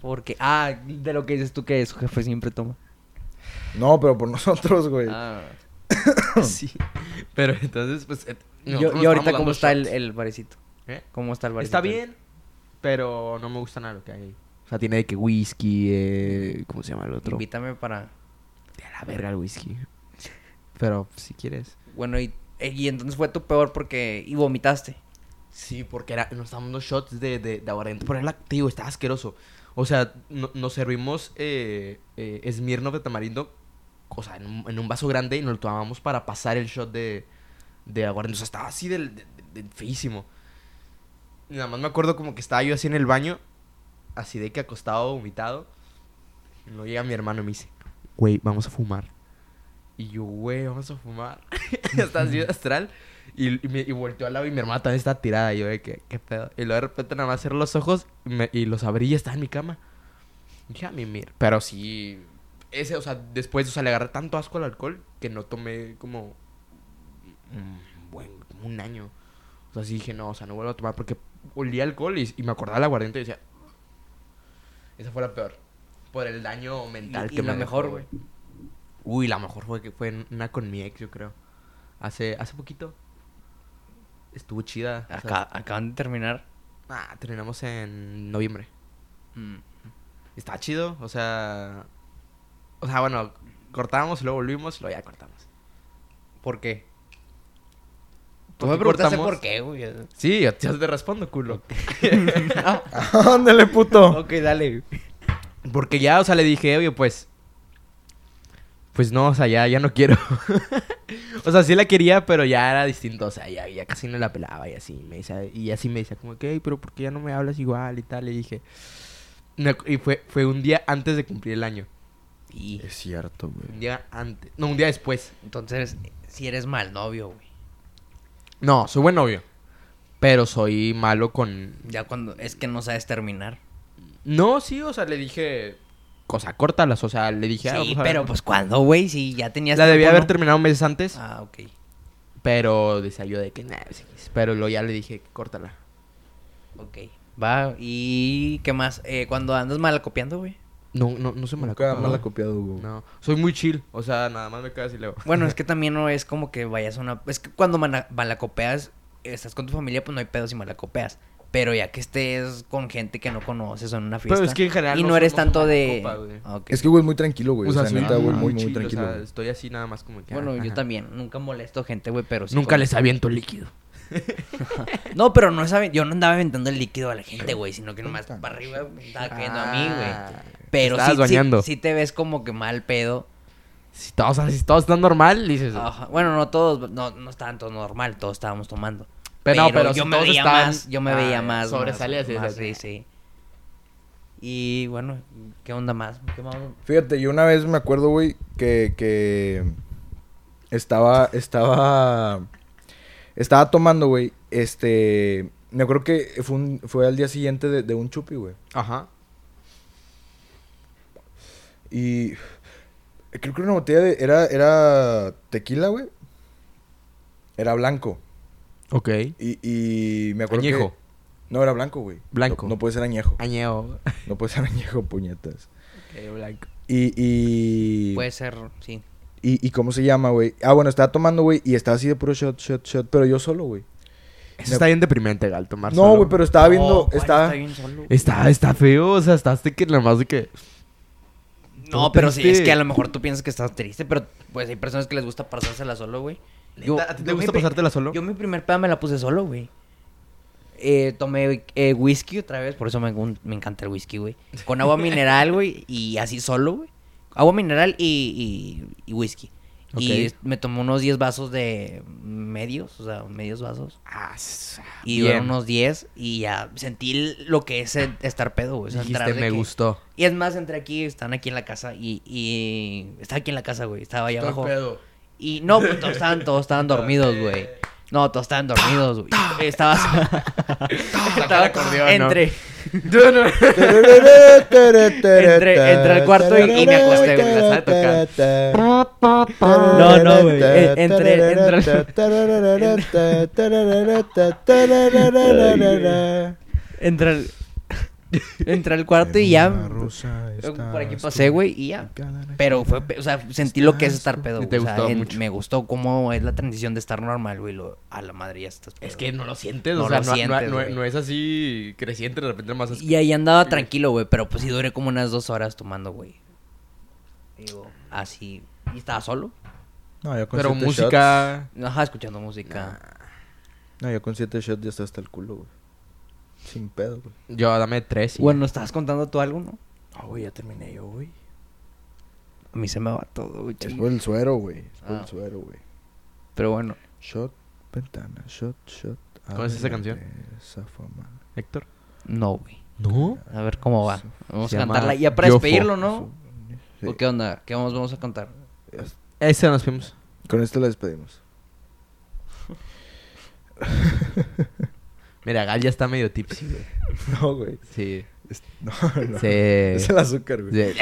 Speaker 2: Porque, ah, de lo que dices tú que su jefe siempre toma.
Speaker 1: No, pero por nosotros,
Speaker 3: Pues,
Speaker 1: güey.
Speaker 2: Ah.
Speaker 3: sí. Pero entonces, pues... eh,
Speaker 2: Y-
Speaker 3: nosotros
Speaker 2: y
Speaker 3: nos
Speaker 2: ahorita,
Speaker 3: estábamos
Speaker 2: ¿cómo
Speaker 3: dando
Speaker 2: está el,
Speaker 3: shots.
Speaker 2: el barecito?
Speaker 3: ¿Eh?
Speaker 2: ¿Cómo está el barecito?
Speaker 3: Está bien, pero no me gusta nada lo que hay ahí. O sea, tiene de que whisky, eh, ¿cómo se llama el otro?
Speaker 2: Invítame para...
Speaker 3: De la verga el whisky. Pero si quieres.
Speaker 2: Bueno, y, eh, y entonces fue tu peor porque... Y vomitaste.
Speaker 3: Sí, porque era, nos estábamos dando shots de, de, de aguardiente. Pero era, te digo, estaba asqueroso. O sea, no- nos servimos eh, eh, Smirnoff de tamarindo, o sea, en un, en un vaso grande y nos lo tomábamos para pasar el shot de, de aguardiente. O sea, estaba así del, de, de- feísimo. Y Nada más me acuerdo como que estaba yo así en el baño, así de que acostado, vomitado. Y luego llega mi hermano y me dice, güey, vamos a fumar. Y yo, güey, vamos a fumar. Está así astral. Y, y, me- y volteó al lado y mi hermana también estaba tirada. Y yo, de que, qué pedo. Y luego de repente nada más cerré los ojos y, me- y los abrí y estaba en mi cama. Y dije, a mí, mira. Pero sí, ese, o sea, después, o sea, le agarré tanto asco al alcohol que no tomé como un buen, como un año. O sea, sí dije, no, o sea, no vuelvo a tomar porque olía alcohol y, y me acordaba del aguardiente y decía, esa fue la peor. Por el daño mental
Speaker 2: Y- y
Speaker 3: que
Speaker 2: la
Speaker 3: me
Speaker 2: mejor,
Speaker 3: dejó, güey. Uy, la mejor fue que fue en- una con mi ex, yo creo. Hace, hace poquito. Estuvo chida. o sea,
Speaker 2: Acá, acaban de terminar.
Speaker 3: ah, terminamos en noviembre.
Speaker 2: Mm.
Speaker 3: Está chido, o sea. O sea, bueno, cortábamos, luego volvimos, luego ya cortamos.
Speaker 2: ¿Por qué? Tú
Speaker 3: ¿Por
Speaker 2: me
Speaker 3: qué
Speaker 2: preguntaste
Speaker 3: cortamos?
Speaker 2: por qué, güey.
Speaker 3: Sí, yo yo te respondo, culo.
Speaker 1: Ándale, puto.
Speaker 2: ok, dale.
Speaker 3: Porque ya, o sea, le dije, oye, pues. Pues no, o sea, ya, ya no quiero. o sea, sí la quería, pero ya era distinto. O sea, ya, ya casi no la pelaba y así. Me dice, y así me decía, como que, "Ey, pero ¿por qué ya no me hablas igual y tal? Le dije. Me acu- y fue, fue un día antes de cumplir el año.
Speaker 2: Y
Speaker 1: Es cierto,
Speaker 3: Un
Speaker 1: güey.
Speaker 3: día antes. No, un día después.
Speaker 2: entonces, si eres mal novio, güey.
Speaker 3: No, soy buen novio. Pero soy malo con.
Speaker 2: Ya cuando... Es que no sabes terminar.
Speaker 3: No, sí, o sea, le dije. Cosa, córtalas. O sea, le dije. "Ah,
Speaker 2: sí,
Speaker 3: vamos a ver".
Speaker 2: pero pues cuando, güey, si ya tenías...
Speaker 3: La debía
Speaker 2: tiempo,
Speaker 3: haber
Speaker 2: ¿no?
Speaker 3: terminado meses antes.
Speaker 2: Ah, ok.
Speaker 3: Pero decía yo de que nada, pues, X". pero luego ya le dije, córtala.
Speaker 2: Ok. Va, ¿y qué más? Eh, cuando andas malacopiando, güey.
Speaker 3: No, no, no soy
Speaker 1: Nunca
Speaker 3: malacopa.
Speaker 1: mal
Speaker 3: No,
Speaker 1: copiado, güey.
Speaker 3: no, soy muy chill. O sea, nada más me quedas y leo.
Speaker 2: Bueno, es que también no es como que vayas a una... Es que cuando mana- malacopeas, estás con tu familia, pues no hay pedo si malacopeas. Pero ya que estés con gente que no conoces o en una fiesta...
Speaker 3: es que en general
Speaker 2: Y
Speaker 3: no
Speaker 2: no eres
Speaker 3: somos
Speaker 2: tanto
Speaker 3: una
Speaker 2: de...
Speaker 3: copa, güey.
Speaker 2: Ah, ok.
Speaker 1: Es que, güey, es muy tranquilo, güey. O sea,
Speaker 3: soy
Speaker 1: neta, güey,
Speaker 3: muy,
Speaker 1: muy,
Speaker 3: chill,
Speaker 1: muy tranquilo.
Speaker 3: O sea,
Speaker 1: güey.
Speaker 3: estoy así nada más como que.
Speaker 2: Bueno,
Speaker 3: ah,
Speaker 2: yo
Speaker 3: ajá.
Speaker 2: también. Nunca molesto gente, güey, pero sí...
Speaker 3: Nunca
Speaker 2: con-
Speaker 3: les aviento líquido.
Speaker 2: No, pero no es... aven- Yo no andaba aventando el líquido a la gente, güey, sino que nomás para arriba me estaba cayendo a mí, güey.
Speaker 3: Ah,
Speaker 2: Pero
Speaker 3: estabas
Speaker 2: sí, sí-
Speaker 3: bañando.
Speaker 2: sí te ves como que mal pedo.
Speaker 3: Si todos, si todos están normal, dices.
Speaker 2: Ajá. Bueno, no todos, no, no estaban todos normal, todos estábamos tomando.
Speaker 3: Pero
Speaker 2: Pero,
Speaker 3: no, pero
Speaker 2: yo
Speaker 3: si
Speaker 2: me
Speaker 3: todos
Speaker 2: veía
Speaker 3: estaban-
Speaker 2: más, yo me
Speaker 3: Ah,
Speaker 2: veía más.
Speaker 3: sobresalías, "Ah".
Speaker 2: más- más, sí,
Speaker 3: dices,
Speaker 2: sí. Y bueno, ¿qué onda más? ¿Qué más?
Speaker 1: Fíjate, yo una vez me acuerdo, güey, que, que estaba, estaba, estaba tomando, güey, este, me acuerdo que fue, un- fue al día siguiente de, de un chupi, güey,
Speaker 3: Ajá.
Speaker 1: y creo que era una botella de, era, era tequila, güey, era blanco,
Speaker 3: Ok.
Speaker 1: y, y me acuerdo
Speaker 3: Añejo.
Speaker 1: que... No, era blanco, güey.
Speaker 3: Blanco.
Speaker 1: No, no puede ser añejo.
Speaker 3: Añeo.
Speaker 1: No puede ser añejo, puñetas.
Speaker 3: Eh, blanco.
Speaker 1: Y, y...
Speaker 2: Puede ser, sí.
Speaker 1: Y, y cómo se llama, güey. Ah, bueno, estaba tomando, güey, y estaba así de puro shot, shot, shot, pero yo solo, güey.
Speaker 3: Eso está bien deprimente, Gal, tomar
Speaker 1: No,
Speaker 3: solo,
Speaker 1: güey, pero estaba viendo,
Speaker 2: güey,
Speaker 1: estaba...
Speaker 2: Oh, está bien solo.
Speaker 3: Está, está feo, o sea, estás de que nada más de que...
Speaker 2: No, pero sí, es
Speaker 3: triste.
Speaker 2: que a lo mejor tú piensas que estás triste, pero pues hay personas que les gusta pasársela solo, güey. Yo-
Speaker 3: ¿A ti te
Speaker 2: yo
Speaker 3: gusta
Speaker 2: mi pri-
Speaker 3: pasártela solo?
Speaker 2: Yo mi primer peda me la puse solo, güey. Eh, tomé eh, whisky otra vez, por eso me, gun- me encanta el whisky, güey. Con agua mineral, güey, y así solo, güey. Agua mineral y, y- y whisky.
Speaker 3: Ok.
Speaker 2: Y me tomé unos 10 vasos de medios, o sea, medios vasos.
Speaker 3: Ah, s-
Speaker 2: Y
Speaker 3: bien.
Speaker 2: fueron unos 10 y ya sentí lo que es el- estar pedo, güey. O sea, entrar
Speaker 3: Dijiste,
Speaker 2: de
Speaker 3: me
Speaker 2: que-
Speaker 3: gustó.
Speaker 2: y es más, entre aquí, están aquí en la casa y... y está aquí en la casa, güey. Estaba allá abajo. Y no, pues todos estaban, todos estaban dormidos, güey. No, todos estaban dormidos, güey. Estabas... Estaba
Speaker 3: acordeón, ¿no?
Speaker 2: entre,
Speaker 1: Entré,
Speaker 2: entré al cuarto y- y me acosté, güey, la estaba
Speaker 1: tocando.
Speaker 2: No, no, güey, eh, entré- entré- entre, el, entre el cuarto y ya... Por aquí pasé, güey, y ya. Pero fue, pe- o sea, sentí lo que es estar pedo.
Speaker 3: Y
Speaker 2: güey.
Speaker 3: te
Speaker 2: O sea,
Speaker 3: gustó
Speaker 2: en-
Speaker 3: mucho.
Speaker 2: Me gustó cómo es la transición de estar normal, güey, lo- a la madre ya estás pedo.
Speaker 3: Es que no lo sientes,
Speaker 2: No
Speaker 3: o sea,
Speaker 2: lo
Speaker 3: no, no-
Speaker 2: sientes,
Speaker 3: no-
Speaker 2: güey.
Speaker 3: no es así creciente, de repente más...
Speaker 2: Y ahí andaba tranquilo, güey, pero pues sí duré como unas dos horas tomando, güey. Digo, así. Y estaba solo.
Speaker 1: No, yo con
Speaker 3: Pero
Speaker 1: siete
Speaker 3: música...
Speaker 2: Ajá, escuchando música.
Speaker 1: shots- No, yo con 7 shots ya está hasta el culo, güey. Sin pedo, güey.
Speaker 3: Yo, dame tres. y-
Speaker 2: Bueno, ¿estabas contando tú algo, no?
Speaker 3: Ah,
Speaker 1: No, güey, ya terminé yo, güey.
Speaker 2: A mí se me va todo, güey.
Speaker 1: Es por el suero, güey. Es por
Speaker 2: Ah.
Speaker 1: el suero, güey.
Speaker 2: Pero bueno.
Speaker 1: Shot, ventana, shot, shot.
Speaker 3: ¿Conoces esa canción?
Speaker 1: adelante, zafo, man.
Speaker 3: Héctor.
Speaker 2: No, güey.
Speaker 3: ¿No?
Speaker 2: A ver cómo va. Vamos
Speaker 3: Se
Speaker 2: a
Speaker 3: llama
Speaker 2: cantarla. Ya para
Speaker 3: Yofo.
Speaker 2: despedirlo, ¿no?
Speaker 1: Sí.
Speaker 2: ¿O qué onda? ¿Qué vamos, vamos a cantar?
Speaker 3: Ese nos fuimos.
Speaker 1: Con esto la despedimos.
Speaker 3: Mira, Gal ya está medio tipsy, güey.
Speaker 1: No, güey.
Speaker 3: Sí.
Speaker 1: Es- No, no.
Speaker 3: Se...
Speaker 1: Es el azúcar, güey.
Speaker 3: se-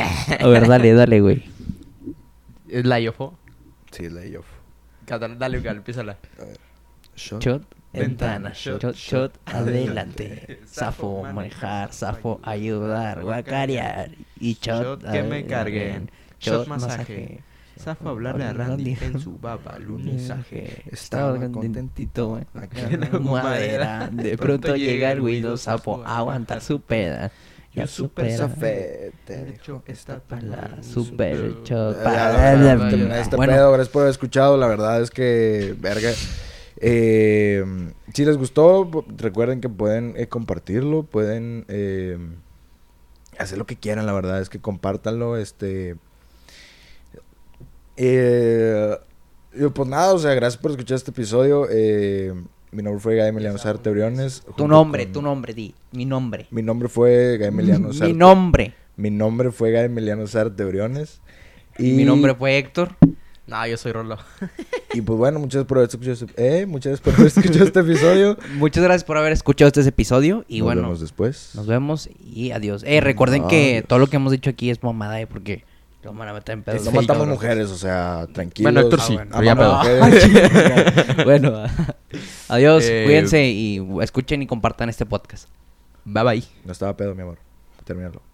Speaker 2: A ver, dale, dale, güey.
Speaker 3: Es la Yofo.
Speaker 1: Sí, la yo.
Speaker 3: Cata- Dale, Gal, empiézala.
Speaker 1: Shot.
Speaker 2: Shot,
Speaker 3: Ventana,
Speaker 2: ventana, shot, shot, adelante. Zafo, manejar, zafo, ayudar, guacarear. Y shot,
Speaker 3: Shot, que me
Speaker 2: adelante.
Speaker 3: carguen. Shot, masaje. Zafo hablarle a Randy en su babalunizaje.
Speaker 2: Estaba contentito, eh. Agarrando madera. De pronto llega el Guido Sapo a aguantar su peda. Ya
Speaker 3: Yo súper
Speaker 2: supera. eh,
Speaker 1: Café. Te
Speaker 3: De hecho, esta
Speaker 2: La
Speaker 3: palabra.
Speaker 2: super
Speaker 1: Ya,
Speaker 2: shot.
Speaker 1: la verdad,
Speaker 3: ya,
Speaker 1: terminé
Speaker 3: ya.
Speaker 1: este
Speaker 2: Bueno,
Speaker 1: pedo. Gracias por haber escuchado. La verdad es que, verga. eh, si les gustó, p- recuerden que pueden eh, compartirlo, pueden eh, hacer lo que quieran. La verdad es que compártanlo. Este, eh, y pues nada, o sea, gracias por escuchar este episodio. eh, mi nombre fue Gael Emiliano Sarte Briones.
Speaker 2: Tu
Speaker 1: junto
Speaker 2: nombre,
Speaker 1: con-
Speaker 2: tu nombre, di. Mi nombre.
Speaker 1: Mi nombre fue Gael Emiliano Sarte.
Speaker 2: Mi nombre.
Speaker 1: Mi nombre fue Gael Emiliano Sarte Briones.
Speaker 2: Y mi nombre fue Héctor.
Speaker 3: No, yo soy Rolo.
Speaker 1: Y pues bueno, muchas gracias por haber escuchado este, eh, muchas gracias por haber escuchado este episodio.
Speaker 2: Muchas gracias por haber escuchado este episodio. Y
Speaker 1: Nos
Speaker 2: bueno,
Speaker 1: vemos después.
Speaker 2: nos vemos y adiós. Eh, recuerden que
Speaker 1: Adiós.
Speaker 2: todo lo que hemos dicho aquí es mamada, eh, porque lo van a meter en pedos.
Speaker 1: no
Speaker 2: Sí,
Speaker 1: matamos
Speaker 2: cabrón.
Speaker 1: mujeres, o sea, tranquilos.
Speaker 3: Bueno, Héctor sí,
Speaker 1: Ah,
Speaker 3: pero ya
Speaker 1: matamos
Speaker 3: pedo.
Speaker 1: mujeres.
Speaker 2: bueno, adiós,
Speaker 3: Eh,
Speaker 2: cuídense y escuchen y compartan este podcast.
Speaker 3: Bye bye.
Speaker 1: no estaba pedo, mi amor. Termínalo.